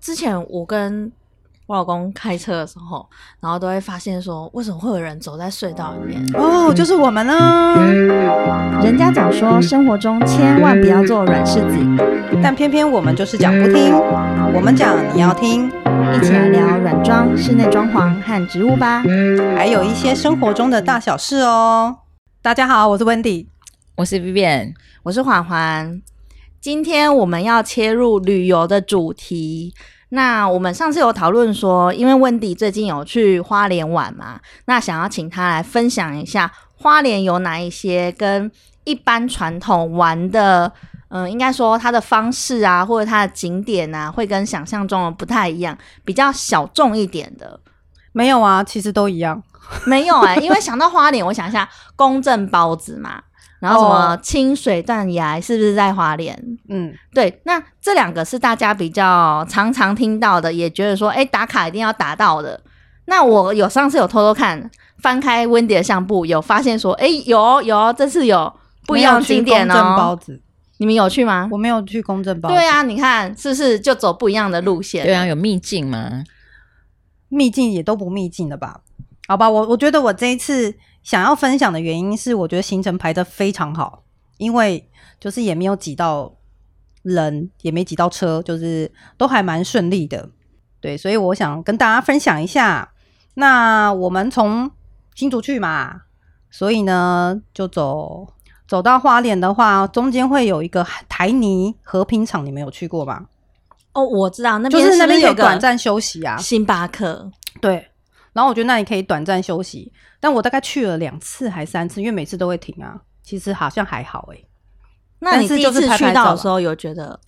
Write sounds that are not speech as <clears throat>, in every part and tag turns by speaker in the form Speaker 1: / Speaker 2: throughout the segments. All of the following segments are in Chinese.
Speaker 1: 之前我跟我老公开车的时候，然后都会发现说，为什么会有人走在隧道里面？
Speaker 2: 哦，就是我们呢。
Speaker 3: 人家总说生活中千万不要做软柿子，
Speaker 2: 但偏偏我们就是讲不听，我们讲你要听，
Speaker 3: 一起来聊软装、室内装潢和植物吧。
Speaker 2: 还有一些生活中的大小事哦。大家好，我是 Wendy。
Speaker 4: 我是 Vivian，
Speaker 1: 我是环环，今天我们要切入旅游的主题。那我们上次有讨论说，因为温迪最近有去花莲玩嘛，那想要请他来分享一下花莲有哪一些跟一般传统玩的，嗯，应该说它的方式啊，或者它的景点啊，会跟想象中的不太一样，比较小众一点的。
Speaker 2: 没有啊，其实都一样。
Speaker 1: 没有哎、因为想到花莲，我想一下公正包子嘛，然后什么
Speaker 2: 哦
Speaker 1: 清水断崖，是不是在花莲？
Speaker 2: 嗯，
Speaker 1: 对，那这两个是大家比较常常听到的，也觉得说，哎、打卡一定要打到的。那我有上次有偷偷看，翻开温迪的相簿，有发现说，哎、有哦有哦，这次有不一样的景点
Speaker 2: 没有去公正包
Speaker 1: 哦。
Speaker 2: 子，
Speaker 1: 你们有去吗？
Speaker 2: 我没有去公正包子。
Speaker 1: 对，啊，你看是不是就走不一样的路线？
Speaker 4: 对啊，，有秘境吗？
Speaker 2: 秘境也都不秘境的吧？好吧，我我觉得我这一次想要分享的原因是，我觉得行程排得非常好，因为就是也没有挤到人，也没挤到车，就是都还蛮顺利的。对，所以我想跟大家分享一下。那我们从新竹去嘛，所以呢就走走到花莲的话，中间会有一个台泥和平厂，你们有去过吗？
Speaker 1: 哦，我知道那
Speaker 2: 就
Speaker 1: 边
Speaker 2: 那边
Speaker 1: 有
Speaker 2: 可以短暂休息啊，
Speaker 1: 星巴克，
Speaker 2: 对，然后我觉得那里可以短暂休息，但我大概去了两次还三次，因为每次都会停啊。其实好像还好欸诶、
Speaker 1: 那你
Speaker 2: 但是
Speaker 1: 第一
Speaker 2: 就是
Speaker 1: 次
Speaker 2: 拍
Speaker 1: 去
Speaker 2: 拍
Speaker 1: 到
Speaker 2: 照
Speaker 1: 的
Speaker 2: 吧
Speaker 1: 时候有觉得，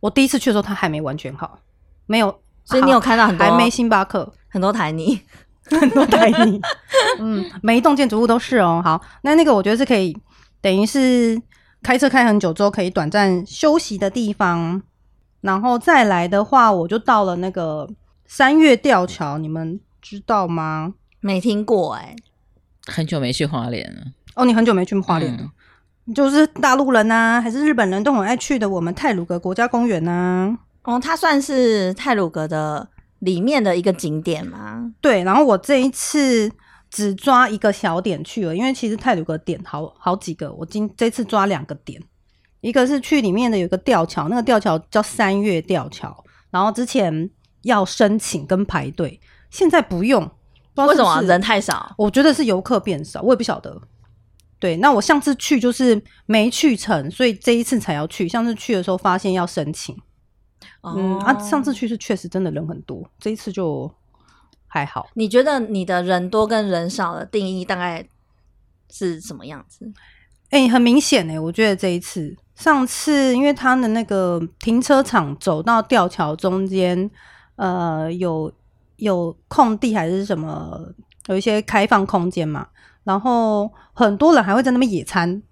Speaker 2: 我第一次去的时候它还没完全好，没有，
Speaker 1: 所以你有看到很多
Speaker 2: 还没星巴克，
Speaker 1: 很多台泥，
Speaker 2: 很多台泥，嗯，每一栋建筑物都是哦。好，那那个我觉得是可以，等于是开车开很久之后可以短暂休息的地方。然后再来的话，我就到了那个三月吊桥，你们知道吗？
Speaker 1: <laughs> 没听过哎、
Speaker 4: 很久没去花莲了，
Speaker 2: 哦，你很久没去花莲了。
Speaker 4: 嗯
Speaker 2: 就是大陆人呐、还是日本人都很爱去的，我们泰鲁格国家公园啊呐、
Speaker 1: 哦，它算是泰鲁格的里面的一个景点吗？
Speaker 2: 对，然后我这一次只抓一个小点去了，因为其实泰鲁格点好好几个，我今这次抓两个点，一个是去里面的有个吊桥，那个吊桥叫三月吊桥，然后之前要申请跟排队，现在不用，不知道
Speaker 1: 为
Speaker 2: 是
Speaker 1: 什
Speaker 2: 不
Speaker 1: 么啊
Speaker 2: 是
Speaker 1: 人太少？
Speaker 2: 我觉得是游客变少，我也不晓得。对，那我上次去就是没去成，所以这一次才要去。上次去的时候发现要申请，
Speaker 1: 哦
Speaker 2: 嗯啊，上次去是确实真的人很多，这一次就还好。
Speaker 1: 你觉得你的人多跟人少的定义大概是什么样子？
Speaker 2: 哎、很明显哎、我觉得这一次，上次因为他的那个停车场走到吊桥中间，呃，有有空地还是什么，有一些开放空间嘛，然后很多人还会在那边野餐，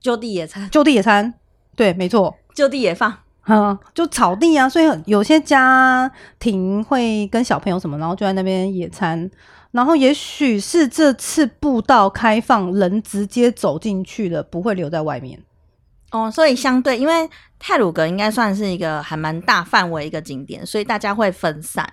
Speaker 1: 就地野餐，
Speaker 2: 就地野餐。对，没错。
Speaker 1: 就地野放，
Speaker 2: 嗯，就草地啊，所以很有些家庭会跟小朋友什么，然后就在那边野餐。然后也许是这次步道开放，人直接走进去了，不会留在外面。
Speaker 1: 哦，所以相对，因为泰鲁格应该算是一个还蛮大范围一个景点，所以大家会分散。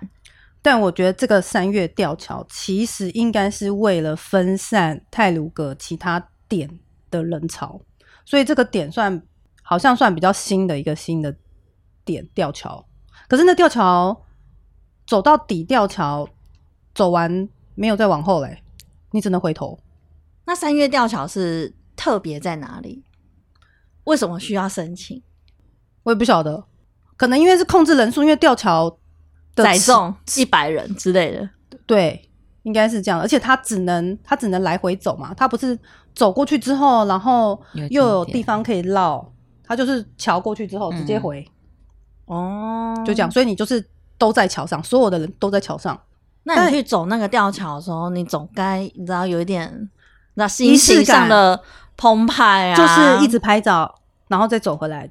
Speaker 2: 但我觉得这个三月吊桥其实应该是为了分散泰鲁阁其他点的人潮，所以这个点算好像算比较新的一个新的点吊桥。可是那吊桥走到底，吊桥走完没有再往后嘞，你只能回头。
Speaker 1: 那三月吊桥是特别在哪里？为什么需要申请？
Speaker 2: 我也不晓得，可能因为是控制人数，因为吊桥的
Speaker 1: 载
Speaker 2: 尺
Speaker 1: 重一百人之类的。
Speaker 2: 对，应该是这样。而且它只能它只能来回走嘛，它不是走过去之后，然后
Speaker 4: 有景
Speaker 2: 又有地
Speaker 4: 点
Speaker 2: 方可以绕，它就是桥过去之后直接
Speaker 4: 嗯
Speaker 2: 回，
Speaker 1: 哦，
Speaker 2: 就这样。所以你就是都在桥上，所有的人都在桥上，
Speaker 1: 那
Speaker 2: 但
Speaker 1: 你去走那个吊桥的时候，你总该你知道有一点，那心
Speaker 2: 仪式
Speaker 1: 情上
Speaker 2: 感
Speaker 1: 的澎湃啊，
Speaker 2: 就是一直拍照，然后再走回来，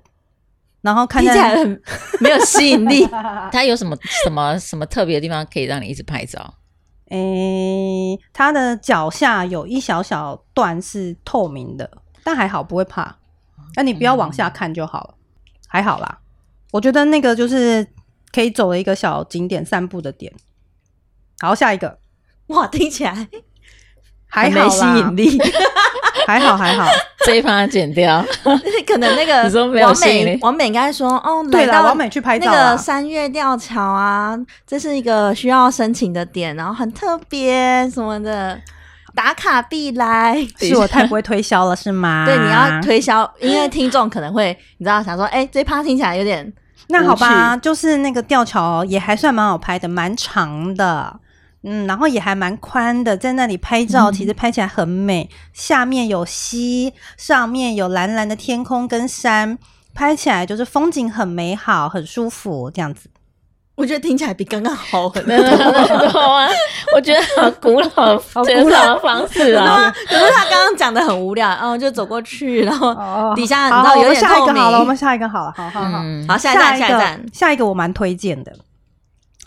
Speaker 2: 然后看
Speaker 1: 听起来
Speaker 2: <laughs> 见
Speaker 1: 很没有吸引
Speaker 2: <laughs>
Speaker 1: 力。
Speaker 4: 它有什么什么什么特别的地方可以让你一直拍照？
Speaker 2: 诶，它的脚下有一小小段是透明的，但还好不会怕。那、你不要往下看就好了，还好啦。我觉得那个就是可以走的一个小景点散步的点。好，下一个
Speaker 1: 哇，听起来
Speaker 2: 还好
Speaker 1: 没吸
Speaker 2: 啦
Speaker 1: 引，
Speaker 2: <laughs>
Speaker 1: 力，
Speaker 2: 还好还 <laughs> 好。
Speaker 4: 这一趴
Speaker 2: <laughs>
Speaker 4: 剪掉，
Speaker 1: 可能那个
Speaker 4: 你说没有
Speaker 1: 王
Speaker 4: 吸引
Speaker 1: 美
Speaker 4: 力，
Speaker 1: 王美应该说哦，
Speaker 2: 对
Speaker 1: 了，
Speaker 2: 啦，王美去拍照
Speaker 1: 那
Speaker 2: 啦
Speaker 1: 个三月吊桥啊，这是一个需要申请的点，然后很特别什么的，打卡必来。
Speaker 2: 是我太不会推销了，是 <laughs> 吗？
Speaker 1: 对，你要。推销，因为听众可能会，你知道，想说，哎、这趴听起来有点
Speaker 2: 那好吧，就是那个吊桥也还算蛮好拍的，蛮长的，嗯，然后也还蛮宽的，在那里拍照，其实拍起来很美。下面有溪，上面有蓝蓝的天空跟山，拍起来就是风景很美好，很舒服，这样子。
Speaker 1: 我觉得听起来比刚刚好
Speaker 2: <laughs>
Speaker 1: 很
Speaker 2: 啊
Speaker 4: 懂吗？我觉得好古老，好
Speaker 2: 古老
Speaker 4: 的方式
Speaker 1: 对啊
Speaker 4: 啊。
Speaker 1: 可是他刚刚讲的很无聊，嗯，就走过去，然后
Speaker 2: 哦
Speaker 1: 底下你
Speaker 2: 好
Speaker 1: 知道
Speaker 2: 好，我
Speaker 1: 有
Speaker 2: 们
Speaker 1: 点
Speaker 2: 下一
Speaker 1: 透
Speaker 2: 个
Speaker 1: 明。
Speaker 2: 好了，我们下一个好了，好好好。
Speaker 4: 嗯，
Speaker 1: 好，下一站，
Speaker 2: 一
Speaker 1: 下
Speaker 2: 个
Speaker 1: 一站，
Speaker 2: 下一个我蛮推荐的，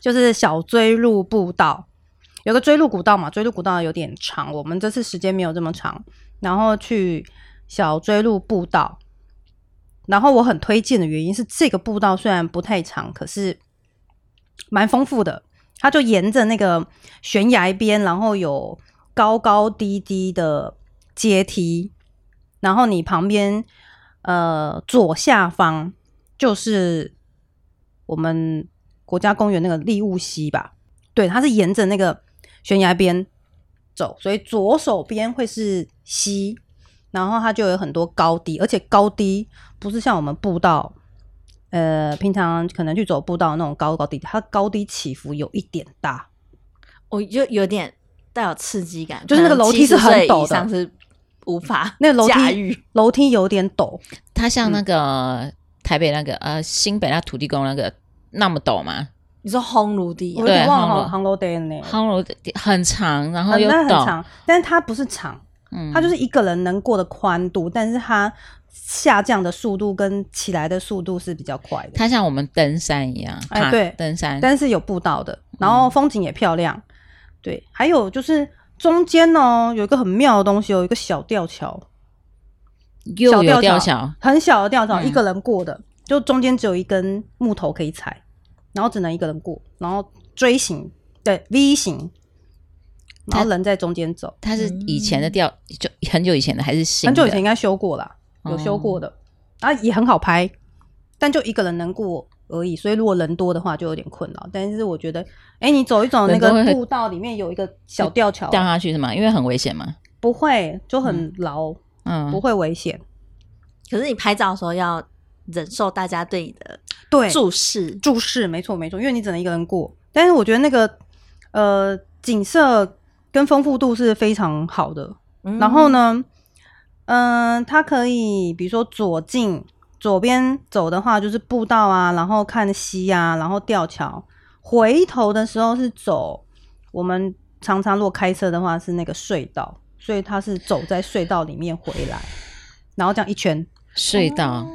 Speaker 2: 就是小追路步道，有个追路古道嘛，追路古道有点长，我们这次时间没有这么长，然后去小追路步道。然后我很推荐的原因是，这个步道虽然不太长，可是蛮丰富的。它就沿着那个悬崖边，然后有高高低低的阶梯，然后你旁边呃左下方就是我们国家公园那个利物溪吧？对，它是沿着那个悬崖边走，所以左手边会是溪，然后它就有很多高低，而且高低不是像我们步道。呃，平常可能去走步道那种高高低低，它高低起伏有一点大，
Speaker 1: 我就有点带有刺激感，
Speaker 2: 就是那个
Speaker 1: 可能
Speaker 2: 楼梯是
Speaker 1: 70
Speaker 2: 很
Speaker 1: 岁
Speaker 2: 陡的
Speaker 1: 以上是无法
Speaker 2: <laughs> 那个楼
Speaker 1: 驾
Speaker 2: 梯
Speaker 1: 驭。
Speaker 2: 楼梯有点陡，
Speaker 4: 它像那个、台北那个呃新北那土地公那个那么陡吗？
Speaker 1: 你说烘炉地啊
Speaker 2: 我有点
Speaker 4: 对
Speaker 2: 忘
Speaker 4: 好
Speaker 2: 了
Speaker 4: 陡
Speaker 2: 杭州 day 呢，
Speaker 4: 它楼很长，然后
Speaker 2: 嗯
Speaker 4: 又
Speaker 2: 那很
Speaker 4: 陡，
Speaker 2: 长，但是它不是长，
Speaker 4: 嗯
Speaker 2: 它就是一个人能过的宽度，但是它下降的速度跟起来的速度是比较快的，
Speaker 4: 它像我们登山一样，
Speaker 2: 哎
Speaker 4: 爬
Speaker 2: 对
Speaker 4: 登山，
Speaker 2: 但是有步道的，然后风景也漂亮。对，还有就是中间哦，有一个很妙的东西哦，有一个小吊桥，
Speaker 4: 又有
Speaker 2: 吊
Speaker 4: 吊桥，
Speaker 2: 很小的吊桥，
Speaker 4: 嗯
Speaker 2: 一个人过的，就中间只有一根木头可以踩，然后只能一个人过，然后锥形，对 V 型，然后人在中间走。
Speaker 4: 它是以前的吊，就很久以前的还是
Speaker 2: 嗯
Speaker 4: 新
Speaker 2: 很
Speaker 4: 的？哦
Speaker 2: 久以前应该修过啦，有修过的，啊也很好拍，但就一个人能过而已，所以如果人多的话就有点困扰。但是我觉得，哎、你走一走那
Speaker 4: 人
Speaker 2: 个
Speaker 4: 多会
Speaker 2: 步道里面有一个小吊桥，
Speaker 4: 掉下去是吗？因为很危险嘛。
Speaker 2: 不会就很牢，
Speaker 4: 嗯，
Speaker 2: 不会危险。
Speaker 1: 可是你拍照的时候要忍受大家对你的
Speaker 2: 对，
Speaker 1: 注视，
Speaker 2: 注视，没错没错，因为你只能一个人过。但是我觉得那个呃景色跟丰富度是非常好的，
Speaker 1: 嗯
Speaker 2: 然后呢，嗯、它可以比如说左进，左边走的话就是步道啊，然后看溪啊，然后吊桥。回头的时候是走，我们常常如果开车的话是那个隧道，所以它是走在隧道里面回来，然后这样一圈，
Speaker 4: 隧道，
Speaker 1: 哦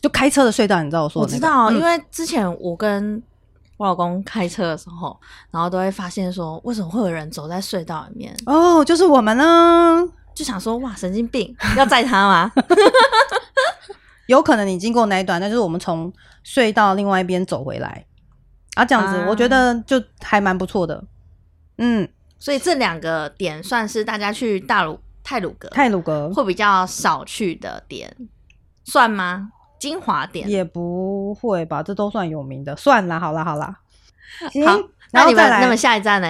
Speaker 2: 就开车的隧道，你知道我说
Speaker 1: 我
Speaker 2: 的、那
Speaker 1: 知
Speaker 2: 个
Speaker 1: 道，
Speaker 2: 嗯
Speaker 1: 因为之前我跟我老公开车的时候，然后都会发现说，为什么会有人走在隧道里面？
Speaker 2: 哦，就是我们呢，
Speaker 1: 就想说，哇，神经病，要载他
Speaker 2: <laughs>
Speaker 1: 吗？
Speaker 2: 有可能你经过那一段，但是我们从隧道另外一边走回来啊，这样子、
Speaker 1: 啊
Speaker 2: 我觉得就还蛮不错的。嗯，
Speaker 1: 所以这两个点算是大家去大鲁泰鲁阁
Speaker 2: 泰鲁格
Speaker 1: 会比较少去的点，算吗？精华点
Speaker 2: 也不会吧，这都算有名的。算啦，好啦，好啦。行
Speaker 1: 好，
Speaker 2: 然
Speaker 1: 那
Speaker 2: 后
Speaker 1: 你
Speaker 2: 再
Speaker 1: 们那么
Speaker 2: 来
Speaker 1: 下一站呢？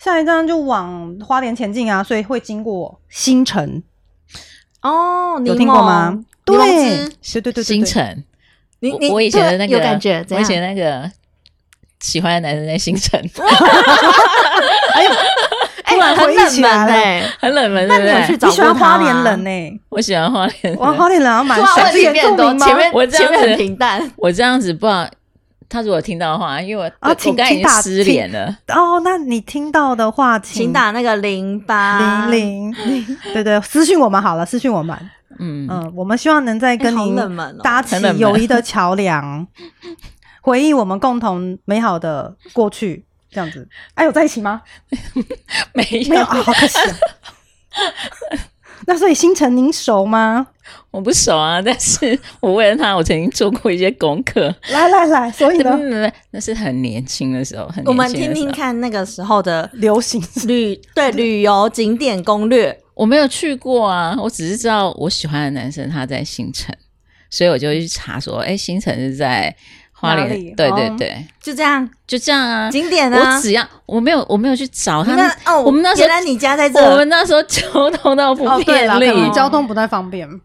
Speaker 2: 下一站就往花莲前进啊，所以会经过新城，
Speaker 1: 哦，
Speaker 2: 有
Speaker 1: 柠
Speaker 2: 听
Speaker 1: 檬
Speaker 2: 过吗？
Speaker 1: 柠
Speaker 2: 对，
Speaker 1: 檬汁，
Speaker 2: 对对对对，
Speaker 4: 新
Speaker 2: 对。
Speaker 4: 城。
Speaker 1: 你
Speaker 4: 我
Speaker 1: 你
Speaker 4: 我以前的那
Speaker 1: 对
Speaker 4: 个
Speaker 1: 有感觉怎
Speaker 4: 我以前
Speaker 1: 样？
Speaker 4: 那个喜欢的男生在
Speaker 1: <laughs>
Speaker 4: 新城，
Speaker 1: 哎 <laughs>
Speaker 2: 突然
Speaker 1: 很
Speaker 2: 回忆
Speaker 1: 冷
Speaker 2: 起
Speaker 1: 门
Speaker 2: 来了
Speaker 1: 哎，
Speaker 4: 很冷门，
Speaker 1: 那
Speaker 4: 对
Speaker 1: 你
Speaker 4: 不
Speaker 1: 有去
Speaker 4: 对？
Speaker 1: 找
Speaker 2: 你喜
Speaker 1: 过
Speaker 2: 欢
Speaker 1: 他
Speaker 2: 花
Speaker 1: 吗
Speaker 2: 莲人呢、欸？
Speaker 4: 我喜欢花莲，
Speaker 2: 哇，花莲人好像蛮
Speaker 1: 啊突然问
Speaker 2: 少之
Speaker 1: 题
Speaker 2: 前
Speaker 1: 变
Speaker 2: 共
Speaker 1: 多，
Speaker 2: 鸣吗？
Speaker 1: 前面
Speaker 4: 我这样
Speaker 1: 前
Speaker 4: 子
Speaker 1: 面很平淡。
Speaker 4: 我这样子不好，他如果听到的话，因为我、
Speaker 2: 啊
Speaker 4: 我
Speaker 2: 请
Speaker 4: 我刚才已
Speaker 2: 请
Speaker 4: 经
Speaker 2: 打
Speaker 4: 失联了，
Speaker 2: 哦，那你听到的话，
Speaker 1: 请打那个零八
Speaker 2: 嗯零零，对对，私讯我们好了，私讯我们。
Speaker 4: 嗯，
Speaker 2: 嗯，我们希望能再跟
Speaker 1: 哎好
Speaker 2: 您
Speaker 1: 冷门哦
Speaker 2: 搭起
Speaker 4: 很冷门
Speaker 2: 友谊的桥梁，回忆我们共同美好的过去，这样子。哎，有在一起吗？
Speaker 4: <laughs> 没
Speaker 2: <laughs> 没有
Speaker 4: 有，
Speaker 2: 啊，好可惜啊。 <laughs> 那所以星辰您熟吗？
Speaker 4: 我不熟啊，但是我为了他，我曾经做过一些功课。
Speaker 2: 来来来，所以
Speaker 4: 对不
Speaker 2: 呢，
Speaker 4: 不不，那是很年轻的时候，很
Speaker 1: 我们
Speaker 4: 年
Speaker 1: 听
Speaker 4: 轻的时
Speaker 1: 听
Speaker 4: 候。
Speaker 1: 看那个时候的
Speaker 2: 流行
Speaker 1: 旅对旅游景点攻略。
Speaker 4: 我没有去过啊，我只是知道我喜欢的男生他在新城，所以我就去查说，哎，新城是在花
Speaker 2: 哪
Speaker 4: 莲
Speaker 2: 里，
Speaker 4: 对
Speaker 2: 哦
Speaker 4: 对对，
Speaker 1: 就这样，
Speaker 4: 就这样啊。
Speaker 1: 景点
Speaker 4: 我
Speaker 1: 呢？
Speaker 4: 只要我没有我没有去找他，
Speaker 1: 那哦，
Speaker 4: 我们那时候
Speaker 1: 原来你家在
Speaker 4: 我
Speaker 1: 这，哎
Speaker 4: 们那时候交通到不
Speaker 2: 哦，对
Speaker 4: <laughs> 便
Speaker 2: 了，可
Speaker 4: 利，
Speaker 2: 能交通不太方便。
Speaker 4: 嗯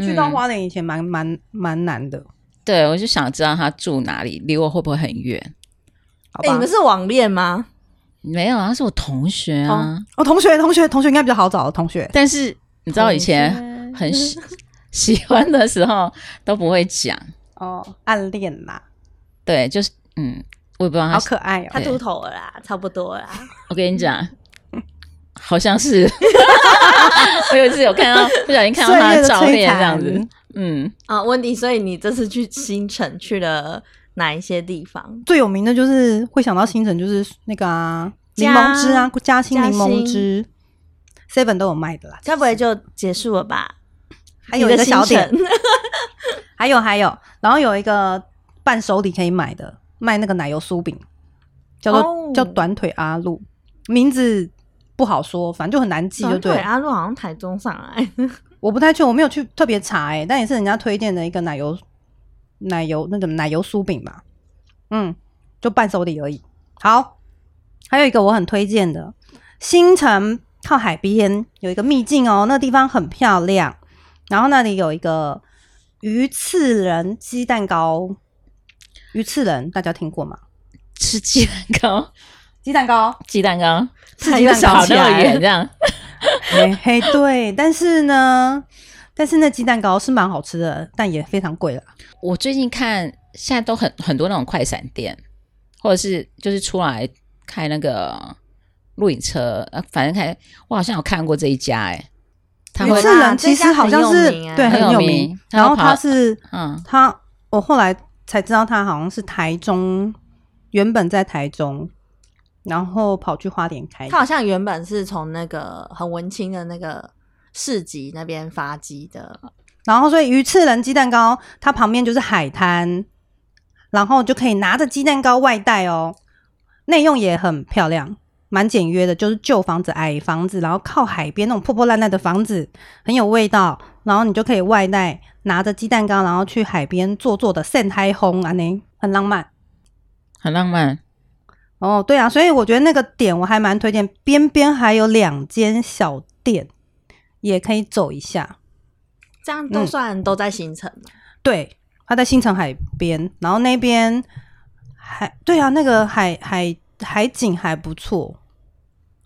Speaker 2: 去到花莲以前蛮蛮蛮难的，
Speaker 4: 对我就想知道他住哪里，离我会不会很远？
Speaker 2: 好
Speaker 1: 哎，
Speaker 2: 吧？
Speaker 1: 你们是网恋吗？
Speaker 4: 没有啊，他是我同学啊。
Speaker 2: 哦，同学同学同学应该比较好找，同学
Speaker 4: 但是你知道以前很喜 <laughs> 喜欢的时候都不会讲，
Speaker 2: 哦，暗恋啦，
Speaker 4: 对，就是嗯，我也不知道
Speaker 2: 好
Speaker 4: 他是。
Speaker 2: 可爱哦
Speaker 1: 他。秃头了啦，差不多啦。
Speaker 4: 我跟你讲，好像是 <laughs> 我有一次有看到，不小心看到他的照片这样
Speaker 2: 岁月的摧
Speaker 4: 子
Speaker 2: 残，
Speaker 4: 嗯，
Speaker 1: 啊，温迪，所以你这次去新城去了哪一些地方？
Speaker 2: 最有名的就是会想到星辰，就是那个啊，柠
Speaker 1: 嘉
Speaker 2: 檬汁啊，嘉兴
Speaker 1: 嘉
Speaker 2: 柠檬
Speaker 1: 兴
Speaker 2: 汁，seven 都有卖的啦。
Speaker 1: 该不会就结束了吧？
Speaker 2: 还有一
Speaker 1: 你
Speaker 2: 个
Speaker 1: 的
Speaker 2: 小
Speaker 1: 行
Speaker 2: 点
Speaker 1: 程，
Speaker 2: 还有还有，然后有一个伴手礼可以买的，卖那个奶油酥饼，叫做、
Speaker 1: 哦
Speaker 2: 叫短腿阿露，名字不好说，反正就很难记，就
Speaker 1: 对啊
Speaker 2: 对了。
Speaker 1: 阿路好像台中上来，
Speaker 2: 我不太确，我没有去特别查、欸，但也是人家推荐的一个奶油奶油那种奶油酥饼吧，嗯，就伴手礼而已。好，还有一个我很推荐的，新城靠海边有一个秘境哦，那地方很漂亮，然后那里有一个鱼刺人鸡蛋糕，鱼刺人大家听过吗？
Speaker 4: 吃鸡蛋糕， <laughs>
Speaker 2: 鸡蛋糕，
Speaker 4: 鸡蛋糕，
Speaker 2: 是
Speaker 1: 还
Speaker 2: 鸡
Speaker 1: 有
Speaker 2: 蛋糕
Speaker 1: 小
Speaker 4: 跑
Speaker 2: 起
Speaker 4: 那么
Speaker 2: 来
Speaker 4: 远这样，
Speaker 2: 嘿哎嘿，对，但是呢，但是那鸡蛋糕是蛮好吃的，但也非常贵了。
Speaker 4: 我最近看现在都很很多那种快闪店，或者是就是出来开那个露营车，呃，反正开我好像有看过这一家、哎，他
Speaker 2: 鱼
Speaker 4: 会
Speaker 1: 是
Speaker 2: 刺人其实好像是
Speaker 1: 啊这家很有名欸
Speaker 2: 对很
Speaker 4: 很有
Speaker 2: 有
Speaker 4: 名
Speaker 2: 名，
Speaker 4: 然
Speaker 2: 然
Speaker 4: 后
Speaker 2: 后他
Speaker 4: 跑
Speaker 2: 是
Speaker 4: 嗯
Speaker 2: 他，我后来才知道他好像是台中，原本在台中，然后跑去花莲开的
Speaker 1: 他。好像原本是从那个很文青的那个市集那边发迹的，
Speaker 2: 然后所以鱼翅人鸡蛋糕，它旁边就是海滩，然后就可以拿着鸡蛋糕外带哦，内用也很漂亮，蛮简约的，就是旧房子、矮房子，然后靠海边那种破破烂烂的房子，很有味道。然后你就可以外带，拿着鸡蛋糕，然后去海边坐坐的晒太烘啊，那很浪漫。
Speaker 4: 很浪漫，
Speaker 2: 哦，对啊，所以我觉得那个点我还蛮推荐。边边还有两间小店，也可以走一下。
Speaker 1: 这样都
Speaker 2: 嗯
Speaker 1: 算都在行程嘛。
Speaker 2: 对，它在新城海边，然后那边海，对啊，那个海海海景还不错。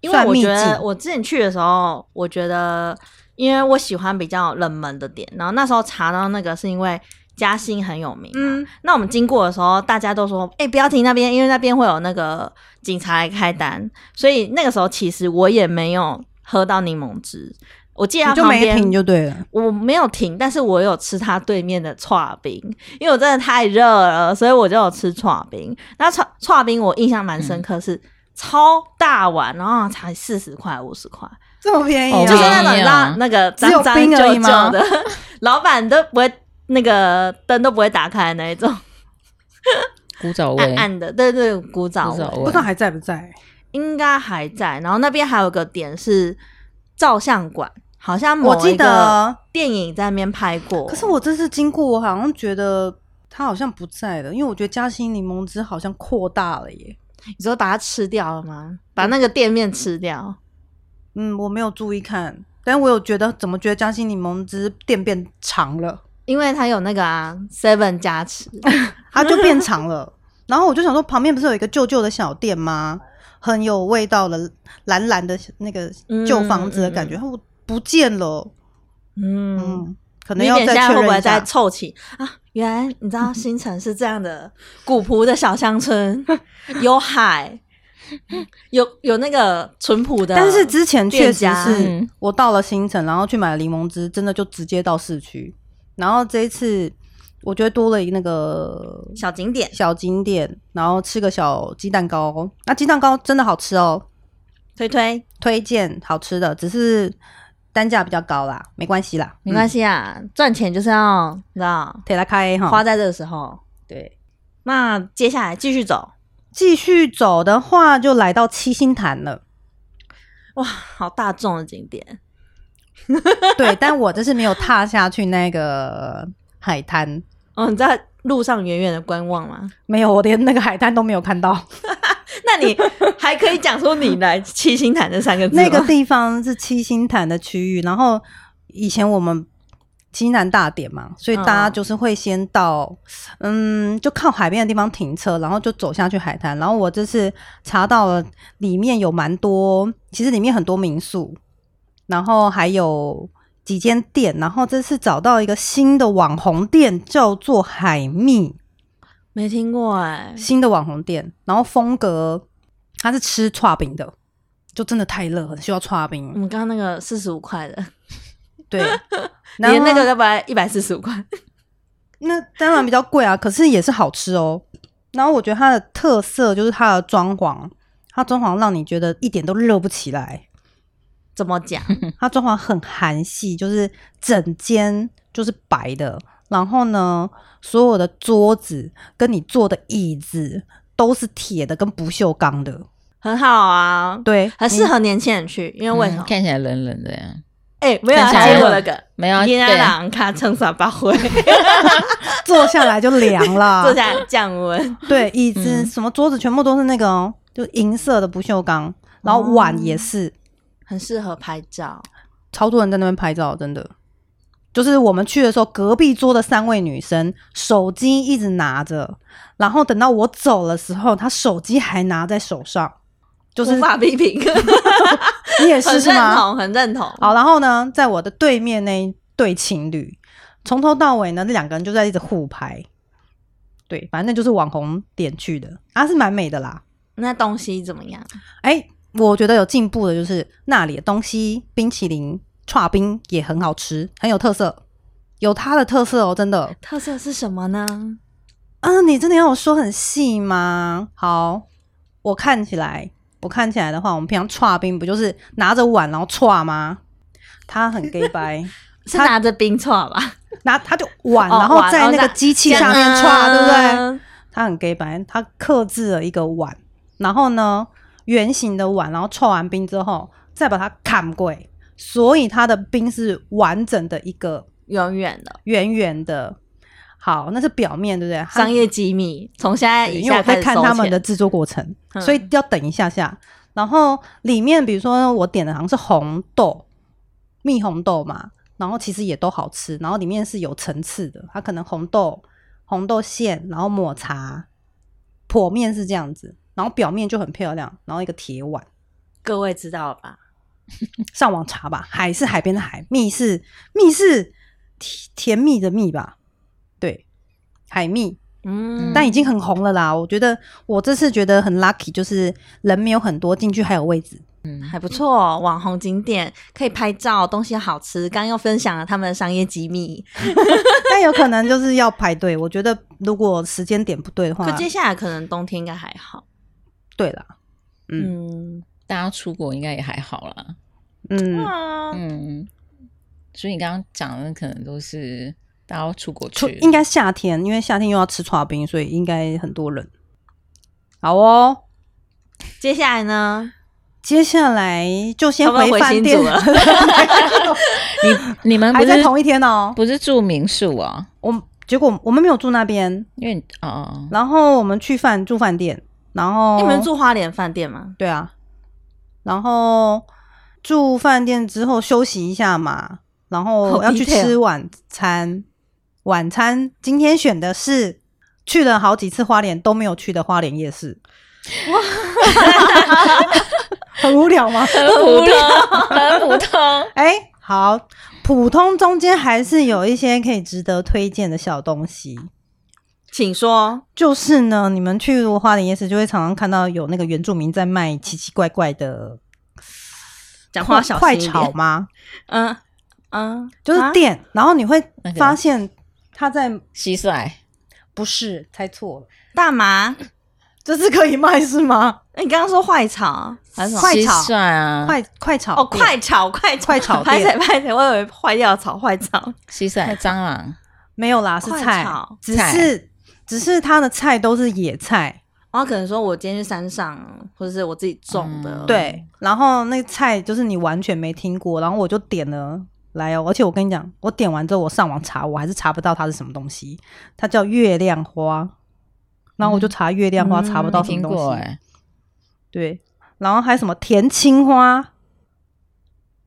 Speaker 1: 因为
Speaker 2: 算
Speaker 1: 我
Speaker 2: 秘
Speaker 1: 觉得
Speaker 2: 境
Speaker 1: 我之前去的时候，我觉得因为我喜欢比较冷门的点，然后那时候查到那个是因为嘉兴很有名、嗯，
Speaker 2: 嗯
Speaker 1: 那我们经过的时候，大家都说：“哎、不要停那边，因为那边会有那个警察来开单。”所以那个时候其实我也没有喝到柠檬汁，我记得它
Speaker 2: 你就
Speaker 1: 旁
Speaker 2: 没
Speaker 1: 边
Speaker 2: 停就对了，
Speaker 1: 我没有停，但是我有吃它对面的串冰，因为我真的太热了，所以我就有吃串冰。那串串冰我印象蛮深
Speaker 2: 嗯
Speaker 1: 刻是。超大碗，然后才四十块、五十块，
Speaker 2: 这么便宜
Speaker 4: 哦
Speaker 1: 就是
Speaker 4: 这
Speaker 1: 那
Speaker 4: 样
Speaker 2: 啊！
Speaker 1: 种你知道那个脏脏旧
Speaker 2: 只有冰而已
Speaker 1: 旧
Speaker 2: 吗
Speaker 1: 的， <laughs> 老板都不会那个灯都不会打开的那一种，
Speaker 2: 哦
Speaker 4: 古早味
Speaker 1: 暗，暗的，对对，古早
Speaker 4: 古早
Speaker 1: 味
Speaker 4: 味
Speaker 2: 不知道还在不在？
Speaker 1: 应该还在。然后那边还有个点是照相馆，好像某
Speaker 2: 我记
Speaker 1: 一个
Speaker 2: 得
Speaker 1: 电影在那边拍过。
Speaker 2: 可是我这次经过，我好像觉得它好像不在了，因为我觉得嘉兴柠檬汁好像扩大了耶。
Speaker 1: 你说把它吃掉了吗？把那个店面吃掉？
Speaker 2: 嗯，我没有注意看，但我有觉得怎么觉得嘉兴柠檬汁店变长了，
Speaker 1: 因为它有那个啊 Seven 加持，
Speaker 2: 它就变长了。然后我就想说，旁边不是有一个旧旧的小店吗？很有味道的蓝蓝的那个旧房子的感觉，它不不见了。
Speaker 1: 嗯，
Speaker 2: 嗯，可能
Speaker 1: 你
Speaker 2: 要
Speaker 1: 点
Speaker 2: 再
Speaker 1: 现在会
Speaker 2: 确
Speaker 1: 不
Speaker 2: 认
Speaker 1: 会
Speaker 2: 一
Speaker 1: 再
Speaker 2: 下。
Speaker 1: 凑齐啊？原来你知道新城是这样的古朴的小乡村，有海，有有那个淳朴的，
Speaker 2: 但是之前确实
Speaker 1: 店家
Speaker 2: 是
Speaker 4: 嗯
Speaker 2: 我到了新城，然后去买了柠檬汁，真的就直接到市区。然后这一次，我觉得多了一个那个
Speaker 1: 小景点
Speaker 2: 小景点，然后吃个小鸡蛋糕。那鸡蛋糕真的好吃哦，
Speaker 1: 推推
Speaker 2: 推荐好吃的，只是单价比较高啦，没关系啦，
Speaker 1: 没关系啊，赚钱就是要你知道
Speaker 2: 嗯，铁来开哈。
Speaker 1: 花在这个时候。
Speaker 2: 对，
Speaker 1: 那接下来继续走，
Speaker 2: 继续走的话，就来到七星潭了。 <laughs>
Speaker 1: 哇，好大众的景点，
Speaker 2: 对，但我就是没有踏下去那个海滩，
Speaker 1: 哦，你在路上远远的观望吗？
Speaker 2: 没有，我连那个海滩都没有看到。
Speaker 1: <laughs> 那你还可以讲出你来七星潭这三个字吗
Speaker 2: 那个地方是七星潭的区域，然后以前我们七星潭大典嘛，所以大家
Speaker 1: 嗯
Speaker 2: 就是会先到，嗯就靠海边的地方停车，然后就走下去海滩。然后我这次查到了，里面有蛮多，其实里面很多民宿，然后还有几间店，然后这次找到一个新的网红店，叫做海蜜。
Speaker 1: 没听过哎、
Speaker 2: 新的网红店，然后风格它是吃串饼的，就真的太热，很需要串
Speaker 1: 我
Speaker 2: 饼。
Speaker 1: 们刚刚那个四十五块的，
Speaker 2: <laughs> 对，然
Speaker 1: 连
Speaker 2: 后
Speaker 1: 那个要不然一百四十五块，
Speaker 2: 那当然比较贵啊，可是也是好吃哦。然后我觉得它的特色就是它的装潢，它装潢让你觉得一点都热不起来，
Speaker 1: <laughs> 怎么讲？
Speaker 2: 它装潢很韩系，就是整间就是白的，然后呢，所有的桌子跟你坐的椅子都是铁的跟不锈钢的，
Speaker 1: 很好啊，
Speaker 2: 对，
Speaker 1: 很适合年轻人去，因为为什么
Speaker 2: 哦
Speaker 4: 嗯？看起来冷冷的呀？
Speaker 1: 哎、没有要
Speaker 4: 看起来
Speaker 1: 接我
Speaker 4: 热
Speaker 1: 那个。
Speaker 4: 没有啊，
Speaker 1: 今
Speaker 4: 对
Speaker 1: 天
Speaker 4: 啊，
Speaker 1: 朗卡撑伞八回，
Speaker 2: 坐下来就凉了，
Speaker 1: <laughs> 坐下来降温。
Speaker 2: 对，椅子、
Speaker 4: 嗯
Speaker 2: 什么桌子全部都是那个、哦，就银色的不锈钢，然后碗也是，
Speaker 1: 很适合拍照。
Speaker 2: 超多人在那边拍照，真的。就是我们去的时候，隔壁桌的三位女生手机一直拿着，然后等到我走的时候，她手机还拿在手上，就是
Speaker 1: 无法批 <laughs> 评，
Speaker 2: <laughs> 你也是
Speaker 1: 很
Speaker 2: 是
Speaker 1: 认
Speaker 2: 吗？
Speaker 1: 同，很认同。
Speaker 2: 好，然后呢，在我的对面那一对情侣，从头到尾呢，那两个人就在一直互拍。对，反正就是网红点去的，啊，是蛮美的啦。
Speaker 1: 那东西怎么样？
Speaker 2: 哎，我觉得有进步的就是那里的东西，冰淇淋、串冰也很好吃，很有特色，有它的特色哦，真的。
Speaker 1: 特色是什么呢？
Speaker 2: 嗯，你真的要我说很细吗？好，我看起来，我看起来的话，我们平常串冰不就是拿着碗然后串吗？他很 gay 白，
Speaker 1: 是拿着冰串吧？
Speaker 2: 拿他就碗，
Speaker 1: 哦
Speaker 2: 然后
Speaker 1: 碗哦
Speaker 2: 在那
Speaker 1: 这
Speaker 2: 个
Speaker 1: 样
Speaker 2: 机器下面
Speaker 1: 啊
Speaker 2: 串，对不对？
Speaker 1: 嗯？
Speaker 2: 他很 gay 白，他克制了一个碗，然后呢，圆形的碗，然后抽完冰之后，再把它砍贵，所以它的冰是完整的一个
Speaker 1: 永远的
Speaker 2: 圆圆的。好，那是表面，对不对？它
Speaker 1: 啊商业机密，从现在
Speaker 2: 对
Speaker 1: 以
Speaker 2: 因为
Speaker 1: 下
Speaker 2: 我
Speaker 1: 开
Speaker 2: 在
Speaker 1: 始
Speaker 2: 看
Speaker 1: 收
Speaker 2: 他们
Speaker 1: 钱
Speaker 2: 的制作过程，
Speaker 1: 嗯
Speaker 2: 所以要等一下下。然后里面，比如说我点的好像是红豆、蜜红豆嘛，然后其实也都好吃。然后里面是有层次的，它可能红豆、红豆馅，然后抹茶，剖面是这样子，然后表面就很漂亮，然后一个铁碗。
Speaker 1: 各位知道了吧？
Speaker 2: 上网查吧，海是海边的海，蜜是蜜是甜甜蜜的蜜吧？对，海蜜。
Speaker 1: 嗯，
Speaker 2: 但已经很红了啦。我觉得我这次觉得很 lucky，就是人没有很多，进去还有位置。 <laughs>
Speaker 4: 嗯，
Speaker 1: 还不错哦、网红景点可以拍照，东西好吃。刚刚又分享了他们的商业机密，
Speaker 2: 但有可能就是要排队。我觉得如果时间点不对的话
Speaker 1: 可，接下来可能冬天应该还好。
Speaker 2: 对啦，嗯
Speaker 1: 嗯，
Speaker 4: 大家出国应该也还好啦。
Speaker 2: 嗯，
Speaker 1: 哇
Speaker 4: 嗯，所以你刚刚讲的可能都是大家要出国
Speaker 2: 出
Speaker 4: 去，
Speaker 2: 应该夏天，因为夏天又要吃刨冰，所以应该很多人。好哦，
Speaker 1: 接下来呢？
Speaker 2: 接下来就先
Speaker 1: 要不要回
Speaker 2: 饭
Speaker 1: 新
Speaker 2: 店
Speaker 1: 竹了
Speaker 4: 你们不
Speaker 2: 还在
Speaker 4: 是
Speaker 2: 同一天哦。
Speaker 4: 不是住民宿哦，
Speaker 2: <laughs> 我结果我们没有住那边，
Speaker 4: 因为你哦哦，
Speaker 2: 然后我们去饭住饭店，然后
Speaker 1: 你们住花莲饭店吗？
Speaker 2: 对啊，然后住饭店之后休息一下嘛，然后
Speaker 1: 好
Speaker 2: 要去
Speaker 1: detail
Speaker 2: 吃晚餐。晚餐今天选的是去了好几次花莲都没有去的花莲夜市，很无聊吗？
Speaker 4: 很普通，很普通。
Speaker 2: <laughs> 哎、好，普通中间还是有一些可以值得推荐的小东西。
Speaker 1: 请说。
Speaker 2: 就是呢，你们去花莲夜市就会常常看到有那个原住民在卖奇奇怪怪的
Speaker 1: 讲话小
Speaker 2: 快
Speaker 1: 心一点
Speaker 2: 炒吗？
Speaker 1: 嗯嗯，
Speaker 2: 就是
Speaker 1: 啊
Speaker 2: 店，然后你会
Speaker 4: 那个
Speaker 2: 发现他在
Speaker 4: 蟋蟀
Speaker 2: 不是猜错了，
Speaker 1: 大麻哎
Speaker 2: 这是可以卖是吗？
Speaker 1: 你刚刚说坏炒还是什么？
Speaker 2: <laughs> 快炒
Speaker 4: 蟋蟀啊，
Speaker 2: 快快炒
Speaker 1: 哦，
Speaker 2: 店
Speaker 1: 快炒快炒
Speaker 2: 快炒
Speaker 1: 拍
Speaker 2: 店
Speaker 1: 谁拍谁，我以为坏掉炒坏炒。
Speaker 4: 蟋蟀、蟑螂，
Speaker 2: 没有啦，是
Speaker 1: 快
Speaker 2: 菜
Speaker 1: 炒，
Speaker 2: 只
Speaker 4: 菜
Speaker 2: 是只是它的菜都是野菜，
Speaker 1: 然后可能说我今天去山上，或者是我自己种的，
Speaker 4: 嗯
Speaker 2: 对，然后那个菜就是你完全没听过，然后我就点了来哦，而且我跟你讲，我点完之后我上网查，我还是查不到它是什么东西，它叫月亮花，然后我就查月亮花，
Speaker 1: 嗯
Speaker 2: 查不到
Speaker 4: 没
Speaker 2: 什
Speaker 4: 听
Speaker 2: 么东西，
Speaker 4: 过哎，
Speaker 2: 对，然后还有什么甜青花，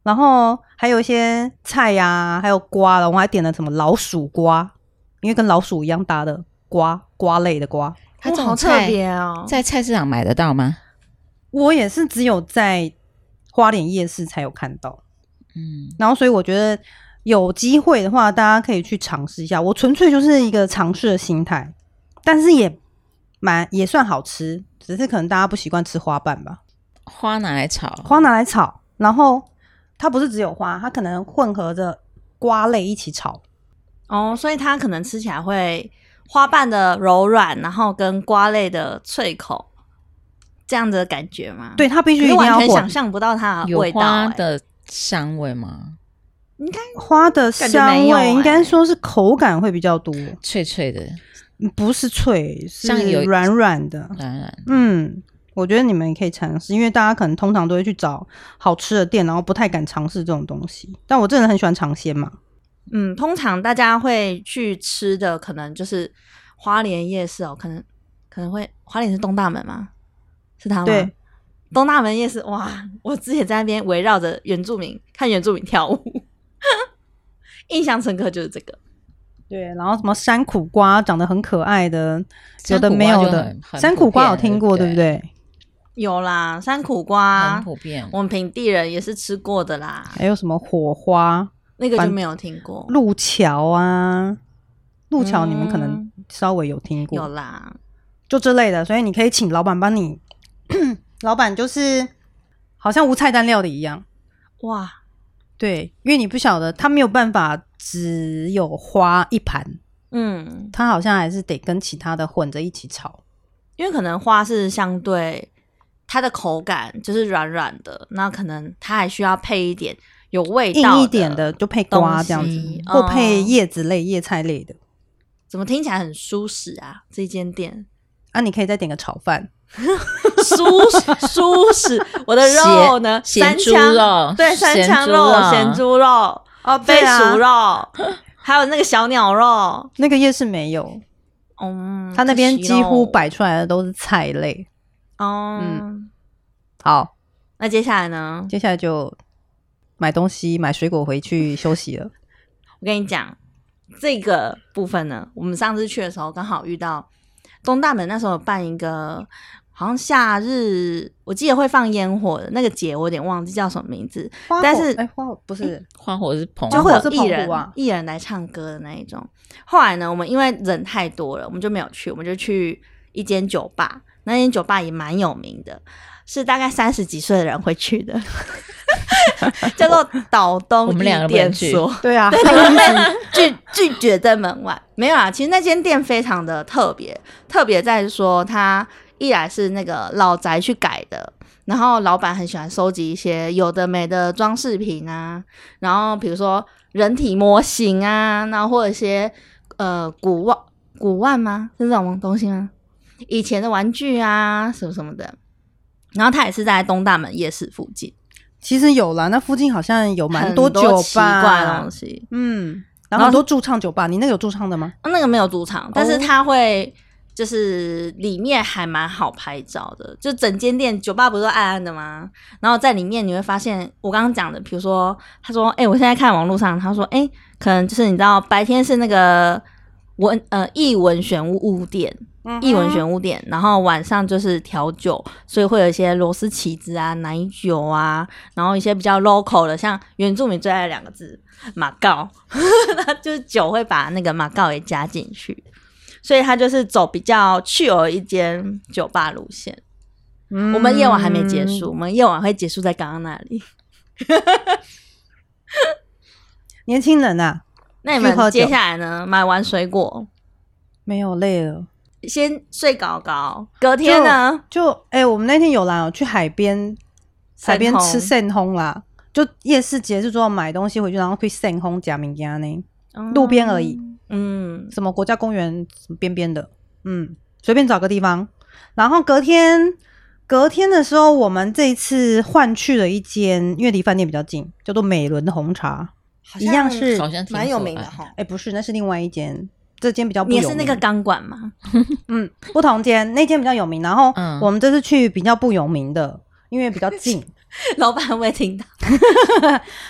Speaker 2: 然后还有一些菜呀、还有瓜了，我还点了什么老鼠瓜，因为跟老鼠一样大的瓜瓜类的瓜，
Speaker 4: 它
Speaker 1: 哇
Speaker 4: 这
Speaker 1: 好
Speaker 4: 种
Speaker 1: 特
Speaker 4: 菜
Speaker 1: 别哦。
Speaker 4: 在菜市场买得到吗？
Speaker 2: 我也是只有在花莲夜市才有看到。
Speaker 4: 嗯，
Speaker 2: 然后所以我觉得有机会的话，大家可以去尝试一下。我纯粹就是一个尝试的心态，但是也蛮也算好吃，只是可能大家不习惯吃花瓣吧。
Speaker 4: 花拿来炒，
Speaker 2: 花拿来炒，然后它不是只有花，它可能混合着瓜类一起炒。
Speaker 1: 哦，所以它可能吃起来会花瓣的柔软，然后跟瓜类的脆口，这样子的感觉吗？，
Speaker 2: 对，它必须一
Speaker 1: 你
Speaker 2: 定
Speaker 1: 完
Speaker 2: 要
Speaker 1: 全想
Speaker 2: 混
Speaker 1: 象不到它的
Speaker 4: 有
Speaker 1: 味道、
Speaker 2: 哎
Speaker 4: 花
Speaker 1: 欸
Speaker 4: 的香味吗？
Speaker 2: 花的
Speaker 1: 感觉
Speaker 2: 香
Speaker 1: 没有欸
Speaker 2: 味，应该说是口感会比较多，
Speaker 4: 脆脆的，
Speaker 2: 不是脆，
Speaker 4: 像有
Speaker 2: 是软软的。
Speaker 4: 当然，
Speaker 2: 嗯，我觉得你们也可以尝试，因为大家可能通常都会去找好吃的店，然后不太敢尝试这种东西。但我这人很喜欢尝鲜嘛，
Speaker 1: 嗯，通常大家会去吃的可能就是花莲夜市哦，可能可能会花莲是东大门吗？是它吗？
Speaker 2: 对，
Speaker 1: 东大门夜市哇，我之前在那边围绕着原住民看原住民跳舞， <laughs> 印象深刻就是这个。
Speaker 2: 对，然后什么山苦瓜长得很可爱的，有
Speaker 4: 山
Speaker 2: 的
Speaker 4: 苦
Speaker 2: 没
Speaker 4: 瓜
Speaker 2: 有
Speaker 4: 就
Speaker 2: 的
Speaker 4: 很，很
Speaker 2: 山
Speaker 4: 普
Speaker 2: 苦瓜有
Speaker 4: 遍
Speaker 2: 听过对
Speaker 4: 对
Speaker 2: 不
Speaker 4: 不
Speaker 2: 对？
Speaker 1: 有啦，山苦瓜
Speaker 2: 啊
Speaker 4: 很，普遍。
Speaker 1: 我们平地人也是吃过的啦，
Speaker 2: 还有什么火花、
Speaker 1: 那个就
Speaker 2: 反
Speaker 1: 没有听过。
Speaker 2: 路桥啊，路桥你们可能
Speaker 1: 嗯
Speaker 2: 稍微有听过，
Speaker 1: 有啦，
Speaker 2: 就这类的，所以你可以请老板帮你， <clears throat> 老板就是好像无菜单料理一样。
Speaker 1: 哇，
Speaker 2: 对，因为你不晓得，他没有办法只有花一盘，
Speaker 1: 嗯，
Speaker 2: 他好像还是得跟其他的混着一起炒。
Speaker 1: 因为可能花是相对它的口感就是软软的，那可能它还需要配一点有味道
Speaker 2: 硬一点的就配瓜这样
Speaker 1: 东
Speaker 2: 子
Speaker 1: 西，
Speaker 2: 或配
Speaker 1: 嗯
Speaker 2: 叶子类、叶菜类的。
Speaker 1: 怎么听起来很舒适啊？这间店
Speaker 2: 啊，你可以再点个炒饭，
Speaker 1: 舒适舒适，我的肉呢？
Speaker 4: 咸
Speaker 1: 三
Speaker 4: 咸猪
Speaker 1: 枪
Speaker 4: 肉
Speaker 1: 对，三
Speaker 4: 咸
Speaker 1: 枪
Speaker 4: 猪
Speaker 1: 肉、
Speaker 4: 肉
Speaker 1: 咸猪肉、
Speaker 2: 哦
Speaker 1: 飞鼠肉，还有那个小鸟肉。
Speaker 2: 那个夜市没有，
Speaker 1: 嗯，
Speaker 2: 他那边
Speaker 1: 可惜咯
Speaker 2: 几乎摆嗯出来的都是菜类。
Speaker 1: 哦。
Speaker 2: 好，
Speaker 1: 那接下来呢？
Speaker 2: 接下来就买东西、买水果回去休息了。
Speaker 1: 我跟你讲，这个部分呢，我们上次去的时候刚好遇到东大门那时候有办一个，好像夏日，我记得会放烟火的那个节，我有点忘记叫什么名字，
Speaker 2: 花
Speaker 1: 但
Speaker 2: 火
Speaker 1: 是
Speaker 2: 哎，花火不是
Speaker 4: 花火是蓬，
Speaker 1: 就
Speaker 2: 花
Speaker 1: 会
Speaker 2: 火
Speaker 1: 有
Speaker 2: 是
Speaker 1: 艺
Speaker 2: 澎湖
Speaker 1: 人
Speaker 2: 啊
Speaker 1: 艺人来唱歌的那一种。后来呢，我们因为人太多了，我们就没有去，我们就去一间酒吧，那间酒吧也蛮有名的，是大概三十几岁的人会去的， <laughs> 叫做岛
Speaker 4: 我
Speaker 1: 东
Speaker 4: 们两
Speaker 1: 一
Speaker 4: 个不能
Speaker 1: 点
Speaker 4: 去
Speaker 1: 所。
Speaker 2: <laughs> 对 <laughs> 啊，
Speaker 1: 对，我们 <laughs> 拒拒绝在门外。没有啊，其实那间店非常的特别，特别在说它一来是那个老宅去改的，然后老板很喜欢收集一些有的没的装饰品啊，然后比如说人体模型啊，然后或者一些呃古玩古玩吗？是这种东西吗？以前的玩具啊，什么什么的。然后它也是在东大门夜市附近，
Speaker 2: 其实有啦，那附近好像有蛮
Speaker 1: 很
Speaker 2: 多
Speaker 1: 多
Speaker 2: 酒吧，
Speaker 1: 奇怪的东西。
Speaker 2: 嗯，然
Speaker 1: 然
Speaker 2: 后
Speaker 1: 后
Speaker 2: 很多驻唱酒吧，你那个有驻唱的吗？
Speaker 1: 那个没有主场，但是它会就是里面还蛮好拍照的，就整间店酒吧不是都暗暗的吗？然后在里面你会发现，我刚刚讲的，比如说他说，哎、我现在看网络上，他说，哎、可能就是你知道白天是那个文呃艺文玄物物店。艺
Speaker 2: 嗯
Speaker 1: 文玄物店，然后晚上就是调酒，所以会有一些螺丝起子啊、奶酒啊，然后一些比较 local 的，像原住民最爱的两个字马告， <laughs> 它就是酒会把那个马告也加进去，所以它就是走比较去而一间酒吧路线。
Speaker 2: 嗯
Speaker 1: 我们夜晚还没结束，我们夜晚会结束在刚刚那里。
Speaker 2: 年轻人啊，
Speaker 1: 那你
Speaker 2: 去喝
Speaker 1: 们
Speaker 2: 酒
Speaker 1: 接下来呢？买完水果，
Speaker 2: 没有累了，
Speaker 1: 先睡搞搞，隔天呢？
Speaker 2: 就哎、我们那天有啦，有去海边，海边吃扇烘啦，就夜市结束之后买东西回去，然后去扇烘假明家呢，路边而已，
Speaker 1: 嗯，
Speaker 2: 什么国家公园什么边边的，嗯，随便找个地方。然后隔天，隔天的时候，我们这一次换去了一间，因为离饭店比较近，叫做美伦红茶。
Speaker 1: 好
Speaker 2: 一
Speaker 1: 像
Speaker 2: 样是
Speaker 4: 好像挺
Speaker 1: 蛮有
Speaker 4: 可
Speaker 1: 名的
Speaker 4: 爱
Speaker 1: 哈。
Speaker 2: 哎，不是，那是另外一间，这间比较不
Speaker 1: 你也
Speaker 2: 有
Speaker 1: 是那
Speaker 2: 名
Speaker 1: 个钢管吗？
Speaker 2: 嗯，不同间，那间比较有名。然后
Speaker 4: 嗯
Speaker 2: 我们这次去比较不有名的，因为比较
Speaker 1: <laughs>
Speaker 2: 近，
Speaker 1: <laughs> 老板会听到，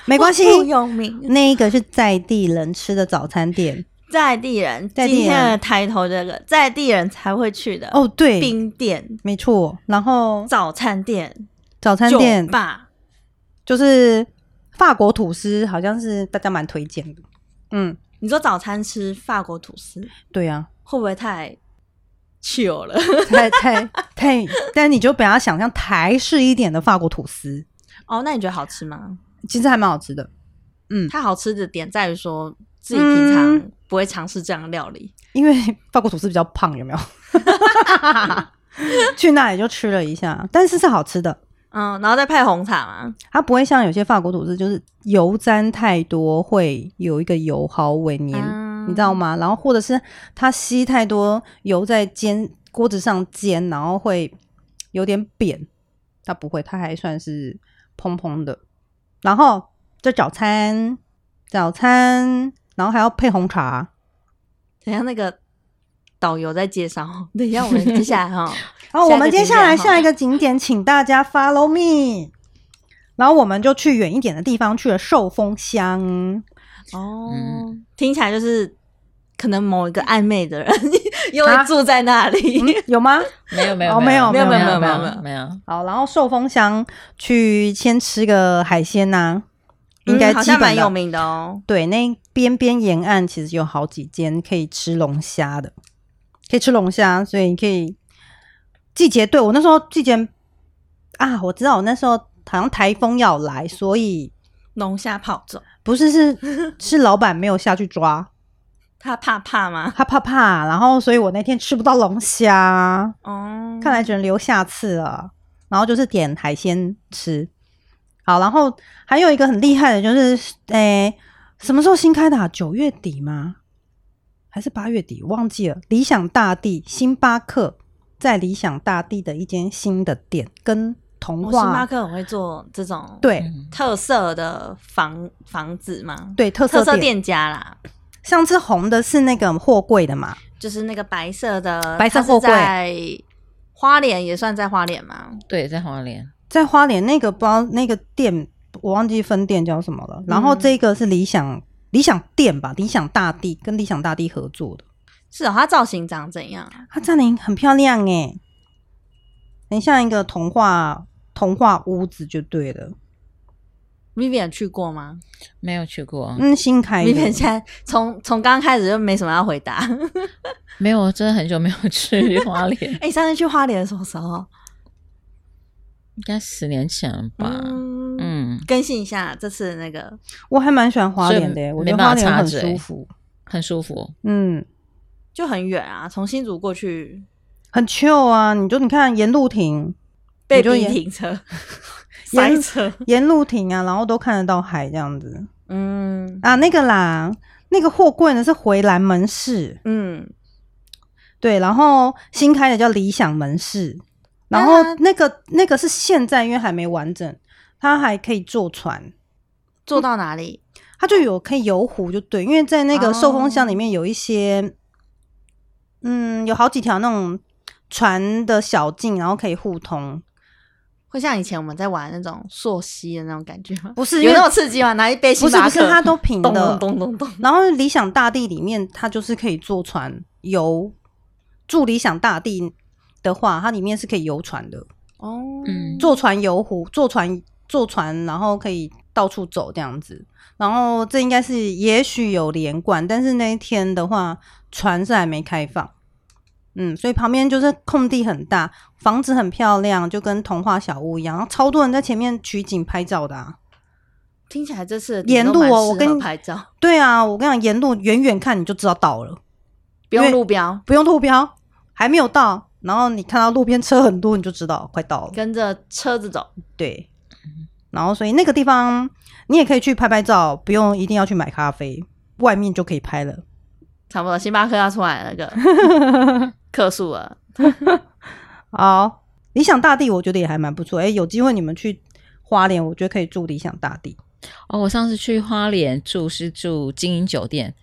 Speaker 2: 没关系。
Speaker 1: 不有名，
Speaker 2: 那一个是在地人吃的早餐店
Speaker 1: 在地人，
Speaker 2: 在地人
Speaker 1: 今天的抬头这个在地人才会去的
Speaker 2: 哦，对，
Speaker 1: 冰店、
Speaker 2: 没错。然后
Speaker 1: 早餐店、
Speaker 2: 早餐
Speaker 1: 酒
Speaker 2: 店
Speaker 1: 吧，
Speaker 2: 就是法国吐司，好像是大家蛮推荐的。嗯，
Speaker 1: 你说早餐吃法国吐司
Speaker 2: 对啊， <laughs>
Speaker 1: 会不会太 chill 了？ <laughs>
Speaker 2: 太太太，但你就把它想象台式一点的法国吐司，
Speaker 1: 哦，那你觉得好吃吗？
Speaker 2: 其实还蛮好吃的。嗯，
Speaker 1: 它好吃的点在于说自己平常
Speaker 2: 嗯
Speaker 1: 不会尝试这样的料理，
Speaker 2: 因为法国吐司比较胖，有没有？ <laughs> 去那里就吃了一下，但是是好吃的。
Speaker 1: 嗯，然后再配红茶嘛，
Speaker 2: 它不会像有些法国吐司，就是油沾太多会有一个油耗尾黏，
Speaker 1: 嗯
Speaker 2: 你知道吗？然后或者是它吸太多油在煎锅子上煎，然后会有点扁。它不会，它还算是蓬蓬的。然后这早餐，早餐，然后还要配红茶。
Speaker 1: 等一下那个导游在介绍， <laughs> 等一下我们接下来哈，
Speaker 2: 然后
Speaker 1: 下一个
Speaker 2: 我们接下来
Speaker 1: 景点好了
Speaker 2: 下一个景点，请大家 follow me。然后我们就去远一点的地方，去了寿丰乡。
Speaker 1: 哦
Speaker 4: 嗯
Speaker 1: 听起来就是可能某一个暧昧 <laughs> 的人又
Speaker 2: 啊
Speaker 1: 会住在那里， <laughs>
Speaker 2: 嗯有吗？
Speaker 4: 没有没有
Speaker 2: 哦没有
Speaker 4: 有
Speaker 2: 没有
Speaker 4: 有
Speaker 1: 没有
Speaker 4: 没
Speaker 1: 没有
Speaker 4: 没有，
Speaker 2: 好，然后寿丰乡去先吃个海鲜呐、应
Speaker 1: 嗯
Speaker 2: 该
Speaker 1: 好
Speaker 2: 基
Speaker 1: 像
Speaker 2: 本的
Speaker 1: 蛮有。名的哦。
Speaker 2: 对，那边边沿岸其实有好几间可以吃龙虾的，可以吃龙虾，所以你可以季节对我那时候季节啊，我知道我那时候好像台风要来，所以
Speaker 1: 龙虾泡走，
Speaker 2: 不是是是老板没有下去抓，
Speaker 1: 他怕怕吗？
Speaker 2: 他怕怕，然后所以我那天吃不到龙虾，
Speaker 1: 哦，
Speaker 2: 看来只能留下次了。然后就是点海鲜吃。好，然后还有一个很厉害的就是，诶、什么时候新开的、啊？九月底吗？还是八月底？忘记了。理想大地星巴克在理想大地的一间新的店，跟童
Speaker 1: 我
Speaker 2: 话、
Speaker 1: 哦星巴克很会做这种
Speaker 2: 对
Speaker 4: 嗯
Speaker 1: 特色的房房子吗？
Speaker 2: 对特
Speaker 1: 特
Speaker 2: 色
Speaker 1: 色店家啦，
Speaker 2: 上次红的是那个货柜的嘛？
Speaker 1: 就是那个白色的
Speaker 2: 白色货柜
Speaker 1: 它是在花莲也算在花莲吗？
Speaker 4: 对，在花莲，
Speaker 2: 在花莲那个包那个店，我忘记分店叫什么
Speaker 4: 嗯
Speaker 2: 了。然后这个是理想、理想店吧，理想大地跟理想大地合作的，
Speaker 1: 是哦，它造型长怎样啊？
Speaker 2: 它占领很漂亮诶，很像一个童话童话屋子就对了。
Speaker 1: Vivian 去过吗
Speaker 4: 没有去过，
Speaker 2: 嗯，新开
Speaker 1: ？Vivian 现
Speaker 2: 的，
Speaker 1: 在从从刚开始就没什么要回答。
Speaker 4: 没有，我真的很久没有去花
Speaker 2: <laughs>
Speaker 4: 莲，
Speaker 1: 哎、你上次去花莲的什么时候？
Speaker 4: 应该十年前了吧，
Speaker 1: 嗯，
Speaker 4: 嗯，
Speaker 1: 更新一下这次的那个
Speaker 2: 我还蛮喜欢花莲的
Speaker 4: 所以
Speaker 2: 耶，我
Speaker 4: 没
Speaker 2: 觉得
Speaker 4: 办
Speaker 2: 花
Speaker 4: 法
Speaker 2: 莲
Speaker 4: 插
Speaker 2: 很
Speaker 4: 嘴
Speaker 2: 舒服，
Speaker 4: 很舒服，
Speaker 2: 嗯，
Speaker 1: 就很远啊，从新竹过去
Speaker 2: 很 chill 啊。你就你看沿路停，
Speaker 1: 被
Speaker 2: 你就
Speaker 1: 逼
Speaker 2: 沿
Speaker 1: 停车塞
Speaker 2: <laughs> 沿
Speaker 1: 车，
Speaker 2: 沿路停啊，然后都看得到海这样子
Speaker 1: 嗯
Speaker 2: 啊。那个啦，那个货柜呢是回蓝门市。
Speaker 1: 嗯，
Speaker 2: 对，然后新开的叫理想门市，
Speaker 1: 那
Speaker 2: 然后
Speaker 1: 它
Speaker 2: 那个那个是现在因为还没完整，它还可以坐船，
Speaker 1: 坐到哪里？
Speaker 2: 它就有可以游湖就对，因为在那个寿丰乡
Speaker 1: 哦
Speaker 2: 里面有一些，嗯，有好几条那种船的小径，然后可以互通。
Speaker 1: 会像以前我们在玩那种溯溪的那种感觉吗？
Speaker 2: 不是因
Speaker 1: 有
Speaker 2: 为
Speaker 1: 那么刺激吗？拿一杯
Speaker 2: 不
Speaker 1: 星
Speaker 2: 是
Speaker 1: 巴
Speaker 2: 不
Speaker 1: 克，
Speaker 2: 是，它都平
Speaker 1: 咚
Speaker 2: 的嗯
Speaker 1: 咚。咚咚咚，
Speaker 2: 然后理想大地里面，它就是可以坐船游。住理想大地的话，它里面是可以游船的。
Speaker 1: 哦，
Speaker 4: 嗯
Speaker 2: 坐船游湖，坐船坐船，然后可以到处走这样子。然后这应该是也许有连贯，但是那一天的话，船是还没开放。嗯，所以旁边就是空地很大，房子很漂亮，就跟童话小屋一样，然后超多人在前面取景拍照的、啊。
Speaker 1: 听起来这次的
Speaker 2: 沿
Speaker 1: 点都
Speaker 2: 路哦
Speaker 1: 蛮适
Speaker 2: 我跟
Speaker 1: 合
Speaker 2: 你
Speaker 1: 拍照，
Speaker 2: 对啊，我跟你讲，沿路远远看你就知道到了，
Speaker 1: 不用路标，
Speaker 2: 不用路标，还没有到，然后你看到路边车很多，你就知道快到了。
Speaker 1: 跟着车子走，
Speaker 2: 对，
Speaker 4: 嗯
Speaker 2: 然后所以那个地方你也可以去拍拍照，不用一定要去买咖啡，外面就可以拍了。
Speaker 1: 差不多星巴克要出来那个 <laughs> 克数
Speaker 2: <laughs>
Speaker 1: 了。
Speaker 2: 好，理想大地我觉得也还蛮不错，哎，有机会你们去花莲，我觉得可以住理想大地。
Speaker 4: 哦，我上次去花莲住是住金银酒店，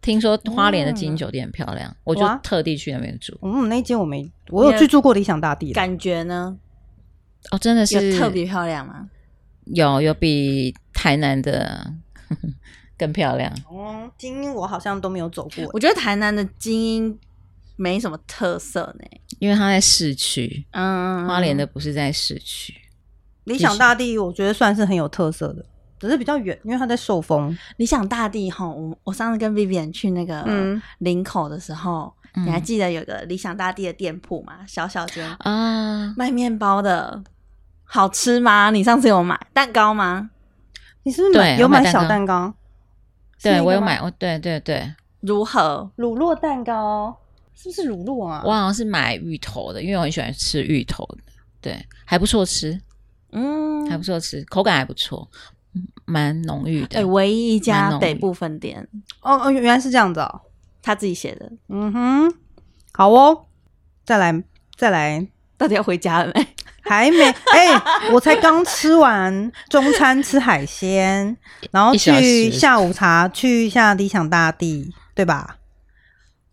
Speaker 4: 听说花莲的金银酒店很漂亮，我就
Speaker 2: 哇
Speaker 4: 特地去那边住。
Speaker 2: 嗯，那一间我没，我有去住过理想大地的，
Speaker 1: 感觉呢，
Speaker 4: 哦，真的是
Speaker 1: 有特别漂亮吗？
Speaker 4: 有有比台南的更漂亮。
Speaker 2: 哦，精英我好像都没有走过
Speaker 1: 我，觉得台南的精英没什么特色呢。
Speaker 4: 因为它在市区，
Speaker 1: 嗯，
Speaker 4: 花莲的不是在市区。
Speaker 2: 理想大地我觉得算是很有特色的，只是比较远，因为它在受风。
Speaker 1: 理想大地哈，我我上次跟 Vivian 去那个
Speaker 2: 嗯
Speaker 1: 林口的时候，
Speaker 4: 嗯
Speaker 1: 你还记得有个理想大地的店铺吗？小小间
Speaker 4: 啊，
Speaker 1: 卖面包的，好吃吗？你上次有买蛋糕吗？
Speaker 2: 你是不是买
Speaker 4: 对
Speaker 2: 有
Speaker 4: 我买
Speaker 2: 买
Speaker 4: 蛋
Speaker 2: 小
Speaker 4: 糕
Speaker 2: 蛋糕？是那
Speaker 4: 对
Speaker 2: 个
Speaker 4: 我有
Speaker 2: 吗
Speaker 4: 买，我哦对对对，
Speaker 1: 如何？
Speaker 2: 乳酪蛋糕，是不是乳酪啊？
Speaker 4: 我好像是买芋头的，因为我很喜欢吃芋头的，对，还不错吃，
Speaker 1: 嗯，
Speaker 4: 还不错吃，口感还不错，嗯蛮浓郁
Speaker 1: 哎、
Speaker 4: 的。
Speaker 1: 唯一一
Speaker 4: 蛮
Speaker 1: 家
Speaker 4: 浓
Speaker 1: 北
Speaker 4: 郁
Speaker 1: 部分店，
Speaker 2: 哦哦，原来是这样子哦。
Speaker 1: 他自己写的，
Speaker 2: 嗯哼，好哦，再来再来，
Speaker 1: 到底要回家了没？ <laughs>
Speaker 2: 还没 <laughs> 哎、我才刚吃完中餐，吃海鲜，然后
Speaker 4: 一小
Speaker 2: 去
Speaker 4: 时
Speaker 2: 下午茶，去一下理想大地，对吧？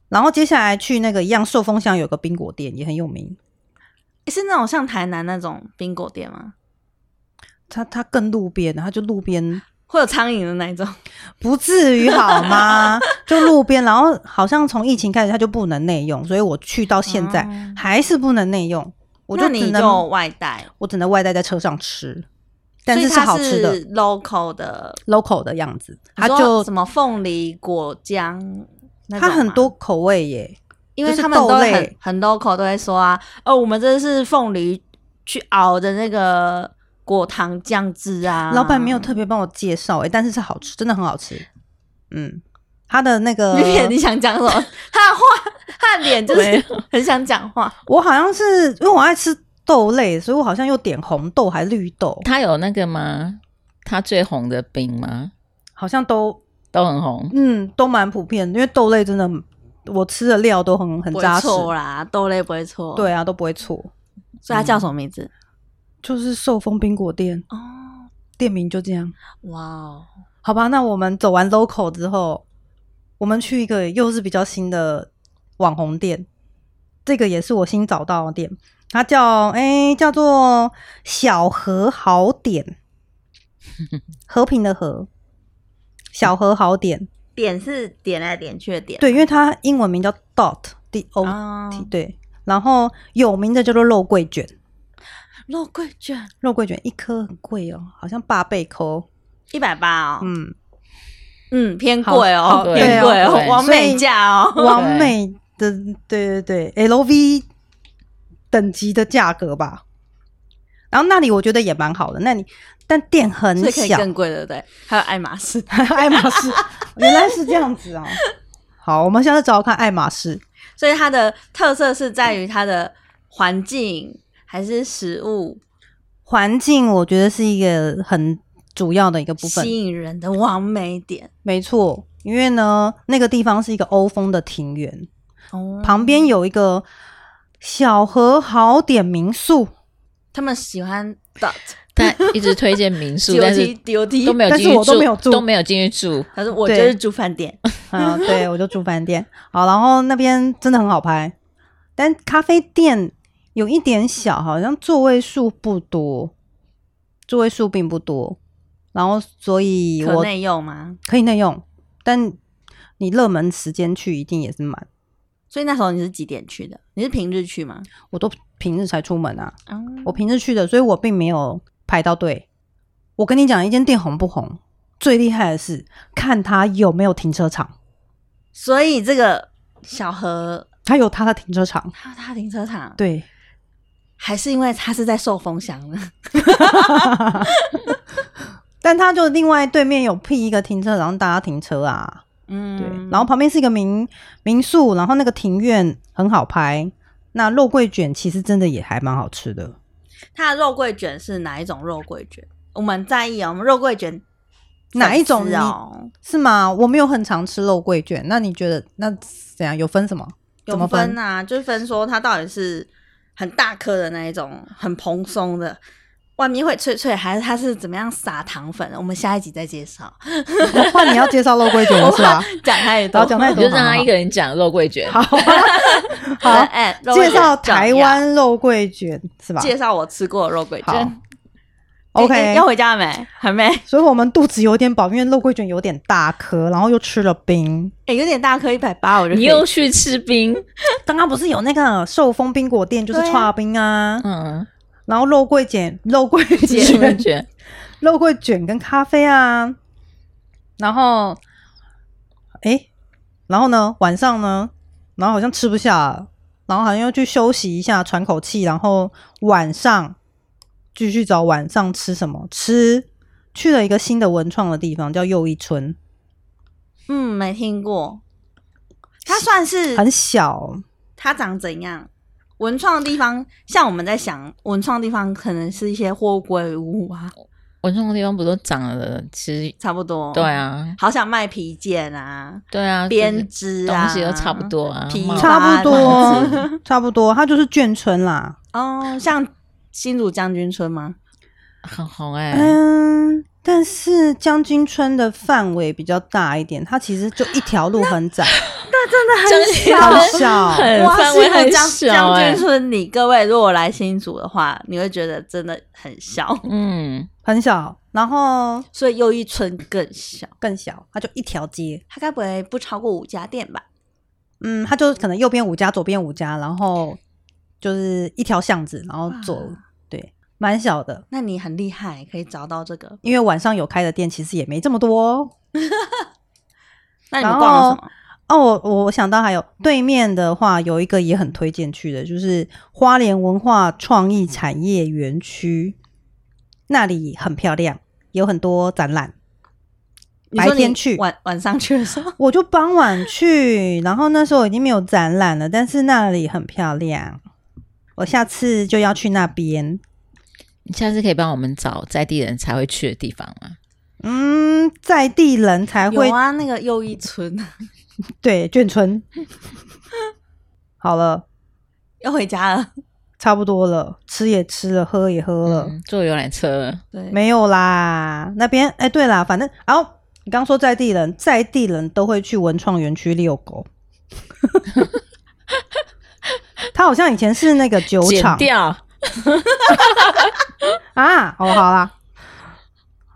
Speaker 2: 然后接下来去那个一样寿丰乡有个冰果店也很有名，
Speaker 1: 是那种像台南那种冰果店吗？
Speaker 2: 它它更路边，它就路边
Speaker 1: 会有苍蝇的那一种？
Speaker 2: 不至于好吗？ <laughs> 就路边，然后好像从疫情开始它就不能内用，所以我去到现在
Speaker 1: 哦
Speaker 2: 还是不能内用，我就
Speaker 1: 那
Speaker 2: 只
Speaker 1: 你
Speaker 2: 能
Speaker 1: 就外带，
Speaker 2: 我只能外带在车上吃，但
Speaker 1: 所
Speaker 2: 是
Speaker 1: 以
Speaker 2: 是
Speaker 1: 它
Speaker 2: 好吃的
Speaker 1: 是 local 的，
Speaker 2: local 的样子，
Speaker 1: 你
Speaker 2: 它
Speaker 1: 说
Speaker 2: 就
Speaker 1: 什么凤梨果浆。
Speaker 2: 它很多，口味耶，
Speaker 1: 因为
Speaker 2: 就是
Speaker 1: 他们都
Speaker 2: 豆
Speaker 1: 会
Speaker 2: 类
Speaker 1: 很很 local 都会说啊，哦，我们这是凤梨去熬的那个果糖酱汁啊。
Speaker 2: 老板没有特别帮我介绍哎，但是是好吃，真的很好吃。嗯，它的那个
Speaker 1: <laughs> 你脸你想讲什么？他的话， <laughs> 他的脸
Speaker 2: 啊
Speaker 1: 就是很想讲话。
Speaker 2: 我好像是因为我爱吃豆类，所以我好像又点红豆还绿豆，
Speaker 4: 它有那个吗？它最红的冰吗？
Speaker 2: 好像都
Speaker 4: 都很红。
Speaker 2: 嗯都蛮普遍，因为豆类真的我吃的料都很很
Speaker 1: 不
Speaker 2: 扎
Speaker 1: 会
Speaker 2: 实，
Speaker 1: 错啊啦，豆类不会错。，
Speaker 2: 对嗯啊都不会错，
Speaker 1: 所以他叫什么名字？
Speaker 2: 就是寿丰冰果店
Speaker 1: 哦，
Speaker 2: 店名就这样。
Speaker 1: 哇哦，
Speaker 2: 好吧，那我们走完 local 之后，我们去一个又是比较新的网红店，这个也是我新找到的店，它叫哎、叫做小和好点，和平的和，小和好点，
Speaker 1: 点是点来点去的点。
Speaker 2: 对，因为它英文名叫 dot d o t，、
Speaker 1: 啊，
Speaker 2: 对，然后有名的叫做肉桂卷，
Speaker 1: 肉桂卷
Speaker 2: 肉桂卷一颗很贵哦，好像八倍扣，
Speaker 1: 一百八哦，嗯
Speaker 2: 嗯，
Speaker 1: 偏贵
Speaker 2: 好好
Speaker 1: 哦，
Speaker 4: 对
Speaker 1: 偏贵
Speaker 4: 哦
Speaker 1: 哦，
Speaker 4: 对
Speaker 1: 完美价哦，
Speaker 2: 完美的，对对对，LV 等级的价格吧。然后那里我觉得也蛮好的，那里但店
Speaker 1: 所
Speaker 2: 很
Speaker 1: 以可以
Speaker 2: 小，
Speaker 1: 更贵，对不对？还有爱马仕，
Speaker 2: <laughs> 爱马仕 <laughs> 原来是这样子哦。好，我们下次找找看爱马仕。
Speaker 1: 所以它的特色是在于它的环境还是食物
Speaker 2: 环境我觉得是一个很主要的一个部分，
Speaker 1: 吸引人的完美点
Speaker 2: 没错，因为呢那个地方是一个欧风的庭园，
Speaker 1: 哦。
Speaker 2: 旁边有一个小和好点民宿，
Speaker 1: 他们喜欢 dot
Speaker 4: 他一直推荐民宿，但是
Speaker 1: dot dot，
Speaker 4: 都没有
Speaker 2: 但
Speaker 4: 进
Speaker 2: 是
Speaker 4: 去住，
Speaker 2: 我都没有住
Speaker 4: 都没有进去住。
Speaker 1: 他说我就
Speaker 2: 对
Speaker 1: 是住饭店，
Speaker 2: 嗯，对，我就住饭店。好，然后那边真的很好拍，但咖啡店有一点小，好像座位数不多，座位数并不多。然后，所以
Speaker 1: 可
Speaker 2: 我
Speaker 1: 内用吗？
Speaker 2: 可以内用，但你热门时间去一定也是满。
Speaker 1: 所以那时候你是几点去的？你是平日去吗？
Speaker 2: 我都平日才出门啊，
Speaker 1: 嗯，
Speaker 2: 我平日去的，所以我并没有排到队。我跟你讲，一间店红不红，最厉害的是看它有没有停车场，
Speaker 1: 所以这个小何
Speaker 2: 它有它的停车场。
Speaker 1: 他他停车场，
Speaker 2: 对，
Speaker 1: 还是因为他是在受风箱呢？
Speaker 2: 但他就另外对面有辟一个停车，然后大家停车啊，
Speaker 1: 嗯，
Speaker 2: 对，然后旁边是一个民民宿，然后那个庭院很好拍，那肉桂卷其实真的也还蛮好吃的，
Speaker 1: 它的肉桂卷是哪一种肉桂卷？我们在意啊，我们肉桂卷
Speaker 2: <laughs> 哪一种
Speaker 1: 粉丝哦？
Speaker 2: 是吗？我没有很常吃肉桂卷，那你觉得那怎样？有分什么？怎
Speaker 1: 有
Speaker 2: 么
Speaker 1: 分啊，就是分说它到底是很大颗的那一种，很蓬松的，外面会脆脆，还是它是怎么样撒糖粉的？我们下一集再介绍。
Speaker 2: 换你要介绍肉桂卷了是
Speaker 1: <laughs>
Speaker 2: 吧？
Speaker 1: 讲太多，
Speaker 2: 好讲太
Speaker 4: 你
Speaker 2: 多
Speaker 4: 就让他一个人讲肉桂卷，
Speaker 2: 好，啊
Speaker 1: 对
Speaker 2: 好，
Speaker 1: <laughs> 哎，肉桂
Speaker 2: 介
Speaker 1: 卷
Speaker 2: 绍
Speaker 1: 怎
Speaker 2: 台
Speaker 1: 样，
Speaker 2: 湾肉桂卷是吧
Speaker 1: 介绍我吃过的肉桂卷。
Speaker 2: 好
Speaker 1: 哎哎
Speaker 2: ？OK，
Speaker 1: 要回家了没？还没。
Speaker 2: 所以我们肚子有点饱，因为肉桂卷有点大颗，然后又吃了冰。
Speaker 1: 哎，有点大颗，一百八，我就可
Speaker 4: 你
Speaker 1: 以
Speaker 4: 又去吃冰，
Speaker 2: 刚刚不是有那个寿丰冰果店，就是
Speaker 1: 对啊
Speaker 2: 串冰啊，
Speaker 4: 嗯，
Speaker 2: 然后肉桂卷、肉桂
Speaker 4: 肉桂
Speaker 2: 卷、
Speaker 4: 卷，
Speaker 2: <laughs> 肉桂卷跟咖啡啊，然后，诶，然后呢，晚上呢，然后好像吃不下了，然后好像要去休息一下，喘口气，然后晚上继续找晚上吃什么吃。去了一个新的文创的地方，叫又一村，
Speaker 1: 嗯，没听过。它算是
Speaker 2: 很小，
Speaker 1: 它长怎样？文创的地方，像我们在想文创地方，可能是一些货柜屋啊，
Speaker 4: 文创的地方不都长了？其实
Speaker 1: 差不多。
Speaker 4: 对，啊，
Speaker 1: 好想卖皮件啊，
Speaker 4: 对啊，
Speaker 1: 编织
Speaker 4: 东
Speaker 1: 啊，
Speaker 4: 西都差不。多啊，
Speaker 1: 皮
Speaker 4: 帽
Speaker 1: 好
Speaker 2: 差
Speaker 1: 吧
Speaker 2: 不多，差不多，它就是眷村啦。
Speaker 1: 哦，像新竹将军村吗？
Speaker 4: 很红哎、
Speaker 2: 嗯，但是将军村的范围比较大一点，它其实就一条路很
Speaker 4: <laughs>
Speaker 2: 窄，
Speaker 4: 真
Speaker 2: 很小。欸
Speaker 4: 很
Speaker 1: 哇，
Speaker 4: 范围
Speaker 1: 是
Speaker 4: 很
Speaker 1: 将
Speaker 4: 小
Speaker 1: 将
Speaker 4: 哎、
Speaker 1: 军村，你各位如果来新竹的话，你会觉得真的很小，
Speaker 4: 嗯，
Speaker 2: 很小，然后
Speaker 1: 所以又一村更小。
Speaker 2: 更小，它就一条街。
Speaker 1: 它该不会不超过五家店吧？
Speaker 2: 嗯，它就可能右边五家，左边五家，然后就是一条巷子，然后走
Speaker 1: 哇，
Speaker 2: 对，蛮小的。
Speaker 1: 那你很厉害，可以找到这个。
Speaker 2: 因为晚上有开的店，其实也没这么多哦。
Speaker 1: 那你们逛了什么？
Speaker 2: 哦，我我想到还有对面的话，有一个也很推荐去的，就是花莲文化创意产业园区，那里很漂亮，有很多展览。
Speaker 1: 你说
Speaker 2: 白天
Speaker 1: 你
Speaker 2: 去
Speaker 1: 晚晚上去的时
Speaker 2: <laughs>
Speaker 1: 候，
Speaker 2: 我就傍晚去，然后那时候已经没有展览了，但是那里很漂亮，我下次就要去那边。
Speaker 4: 你下次可以帮我们找在地人才会去的地方吗？
Speaker 2: 嗯，在地人才会、
Speaker 1: 有啊，那个又一村
Speaker 2: 对眷村。 <laughs> 好了，
Speaker 1: 要回家了。
Speaker 2: 差不多了，吃也吃了，喝也
Speaker 1: <laughs>
Speaker 2: 喝了。
Speaker 4: 嗯，坐游览车了
Speaker 1: 对，
Speaker 2: 没有啦，那边哎、对啦，反正然后、你刚说在地人，在地人都会去文创园区遛狗。 <laughs> 他好像以前是那个酒
Speaker 4: 剪
Speaker 1: <laughs>
Speaker 2: 厂
Speaker 4: 掉，
Speaker 2: 啊，哦，好啦，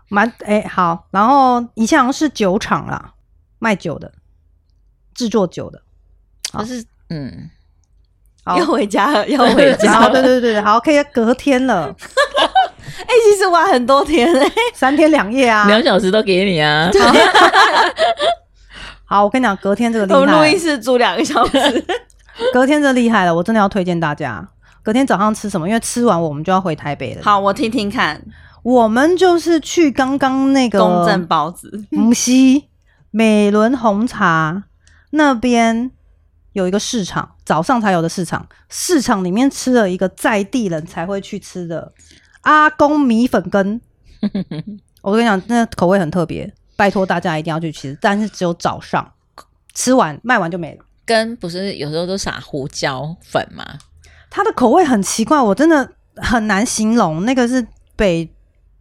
Speaker 2: 蛮哎、好，然后以前好像是酒厂啦，卖酒的，制作酒的。好
Speaker 4: 就是嗯，
Speaker 2: 好，
Speaker 1: 要回家了，要
Speaker 2: <laughs>
Speaker 1: 回家
Speaker 2: 然后
Speaker 1: 了。
Speaker 2: 对对对对，好，可以隔天
Speaker 1: <laughs>
Speaker 2: 了，
Speaker 1: 哎、其实玩很多天哎、
Speaker 2: 三天两夜啊。
Speaker 4: 两小时都给
Speaker 2: <laughs>
Speaker 4: 你啊，
Speaker 2: 好，我跟你讲，隔天这个
Speaker 1: <laughs>
Speaker 2: 厉
Speaker 1: 我们录
Speaker 2: 害
Speaker 1: 音。室住两个小时，
Speaker 2: <laughs> 隔天这厉害了，我真的要推荐大家。隔天早上吃什么？因为吃完我们就要回台北了。，
Speaker 1: 好，我听听
Speaker 2: <laughs>
Speaker 1: 看。
Speaker 2: 我们就是去刚刚那个
Speaker 1: 公正包子，
Speaker 2: 无锡美伦红茶那边有一个市场，早上才有的市场。市场里面吃了一个在地人才会去吃的阿公米粉
Speaker 1: <laughs>
Speaker 2: 羹。我跟你讲，那口味很特别，拜托大家一定要去吃，但是只有早上吃完卖完就没了。
Speaker 4: 跟不是有时候都撒胡椒粉嘛，
Speaker 2: 它的口味很奇怪，我真的很难形容。那个是北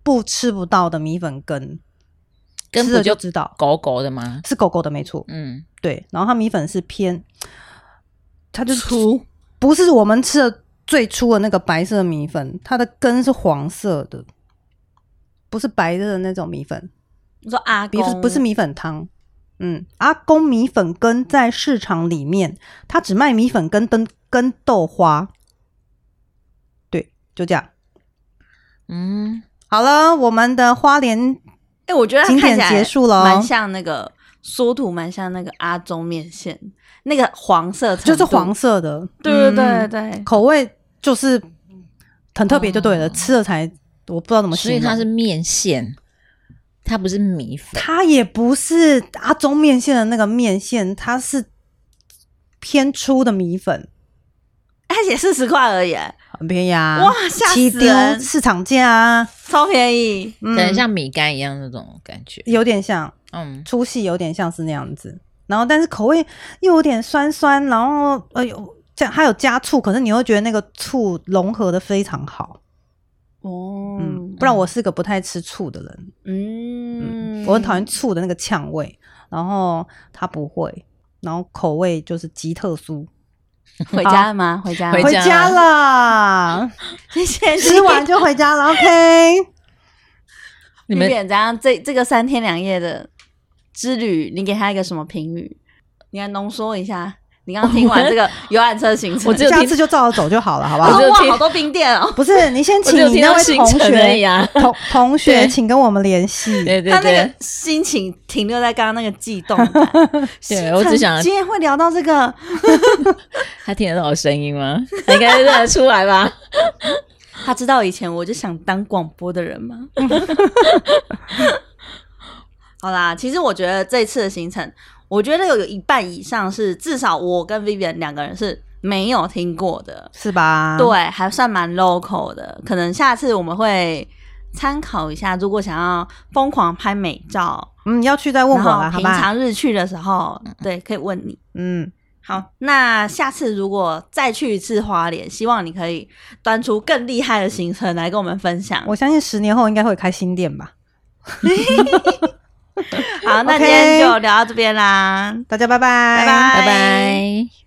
Speaker 2: 部吃不到的米粉羹，
Speaker 4: 跟
Speaker 2: 吃
Speaker 4: 不
Speaker 2: 了
Speaker 4: 就
Speaker 2: 就知道
Speaker 4: 狗狗的吗？
Speaker 2: 是狗狗的没错。
Speaker 4: 嗯，
Speaker 2: 对，然后它米粉是偏，它就
Speaker 1: 粗，
Speaker 2: 不是我们吃的最粗的那个白色米粉，它的根是黄色的，不是白色的那种米粉，
Speaker 1: 你说阿
Speaker 2: 不是
Speaker 1: 公
Speaker 2: 不是米粉汤。嗯，阿公米粉羹在市场里面，它只卖米粉羹跟跟豆花，对，就这样。
Speaker 4: 嗯，
Speaker 2: 好了，我们的花莲
Speaker 1: 哎、我觉得它
Speaker 2: 景
Speaker 1: 看
Speaker 2: 点
Speaker 1: 起来
Speaker 2: 结束了哦
Speaker 1: 蛮像那个缩图，蛮像那个阿中面线，那个黄色程度
Speaker 2: 就是黄，色的，
Speaker 1: 对对对
Speaker 2: 嗯
Speaker 1: 对，
Speaker 2: 口味就是很特别，就对了，
Speaker 1: 嗯
Speaker 4: 哦
Speaker 2: 吃了才我不知道怎么
Speaker 4: 所
Speaker 2: 形
Speaker 4: 以
Speaker 2: 容。
Speaker 4: 它是面线，它不是米粉，
Speaker 2: 它也不是阿中面线的那个面线，它是偏粗的米粉，
Speaker 1: 而且四十块而已，
Speaker 2: 很便宜啊！
Speaker 1: 哇吓
Speaker 2: 七
Speaker 1: 死
Speaker 2: 丢
Speaker 1: 人
Speaker 2: 市场价啊，
Speaker 1: 超便宜。
Speaker 2: 嗯
Speaker 4: 可能像米干一样那种感觉。
Speaker 2: 有点像
Speaker 4: 嗯，
Speaker 2: 粗细，有点像是那样子。然后，但是口味又有点酸酸，然后哎呦，加还有加醋，可是你会觉得那个醋融合的非常好。
Speaker 1: 哦
Speaker 2: 嗯，不然我是个不太吃醋的人，
Speaker 1: 嗯，
Speaker 2: 我很讨厌醋的那个呛味，然后他不会，然后口味就是极特殊。
Speaker 1: 回家了
Speaker 2: <laughs>
Speaker 1: 吗？回家了吗，
Speaker 4: 回
Speaker 2: 回
Speaker 4: 家
Speaker 2: 家
Speaker 4: <laughs>
Speaker 2: 啦，
Speaker 1: 谢谢。
Speaker 2: 吃完就回家了。OK，
Speaker 1: 你
Speaker 4: 你们
Speaker 1: 们这样，这这个三天两夜的之旅，你给他一个什么评语？你来浓缩一下。你刚刚听完这
Speaker 4: <laughs>
Speaker 1: 个游览车行程，
Speaker 4: <laughs> 我只有
Speaker 2: 下
Speaker 4: 听
Speaker 2: 次就照着走就好了，好不
Speaker 1: 哦
Speaker 4: 我 <laughs>
Speaker 2: 好
Speaker 4: 只？有
Speaker 1: 哇，
Speaker 4: 听
Speaker 1: 好多冰店哦。
Speaker 2: 不是，你先
Speaker 4: 我
Speaker 2: 请
Speaker 4: 只有
Speaker 2: 你
Speaker 4: 听
Speaker 2: 那
Speaker 4: 到
Speaker 2: 位
Speaker 4: 行
Speaker 2: 同
Speaker 4: 程而已
Speaker 2: 学，
Speaker 4: 啊
Speaker 2: 同同学，
Speaker 4: 对
Speaker 2: 请跟我们联系。
Speaker 4: 对 <laughs> 对
Speaker 1: 他那
Speaker 4: 对
Speaker 1: 个，心情停留在刚刚那个悸动
Speaker 4: <laughs>
Speaker 1: 感。
Speaker 4: 对我只
Speaker 1: 很
Speaker 4: 想
Speaker 1: 今天会聊到这个，
Speaker 4: 他听得到我声音吗？ <laughs> 他应该认得出
Speaker 2: <laughs>
Speaker 4: 来吧？
Speaker 1: 他知道以前我就想当广播的人
Speaker 4: <laughs>
Speaker 1: 吗？好啦，其实我觉得这次的行程，我觉得有一半以上是至少我跟 Vivian 两个人是没有听过的，
Speaker 2: 是吧？
Speaker 1: 对，还算蛮 local 的。可能下次我们会参考一下，如果想要疯狂拍美照，
Speaker 2: 嗯，要去再问我了，
Speaker 1: 然后
Speaker 2: 好
Speaker 1: 平
Speaker 2: 吧？
Speaker 1: 常日去的时候，对，可以问你。
Speaker 2: 嗯，
Speaker 1: 好，那下次如果再去一次花莲，希望你可以端出更厉害的行程来跟我们分享。
Speaker 2: 我相信十年后应该会开新店吧。
Speaker 1: 好，那
Speaker 2: OK
Speaker 1: 今天就聊到这边啦，
Speaker 2: 大家拜拜，
Speaker 1: 拜拜
Speaker 4: 拜拜。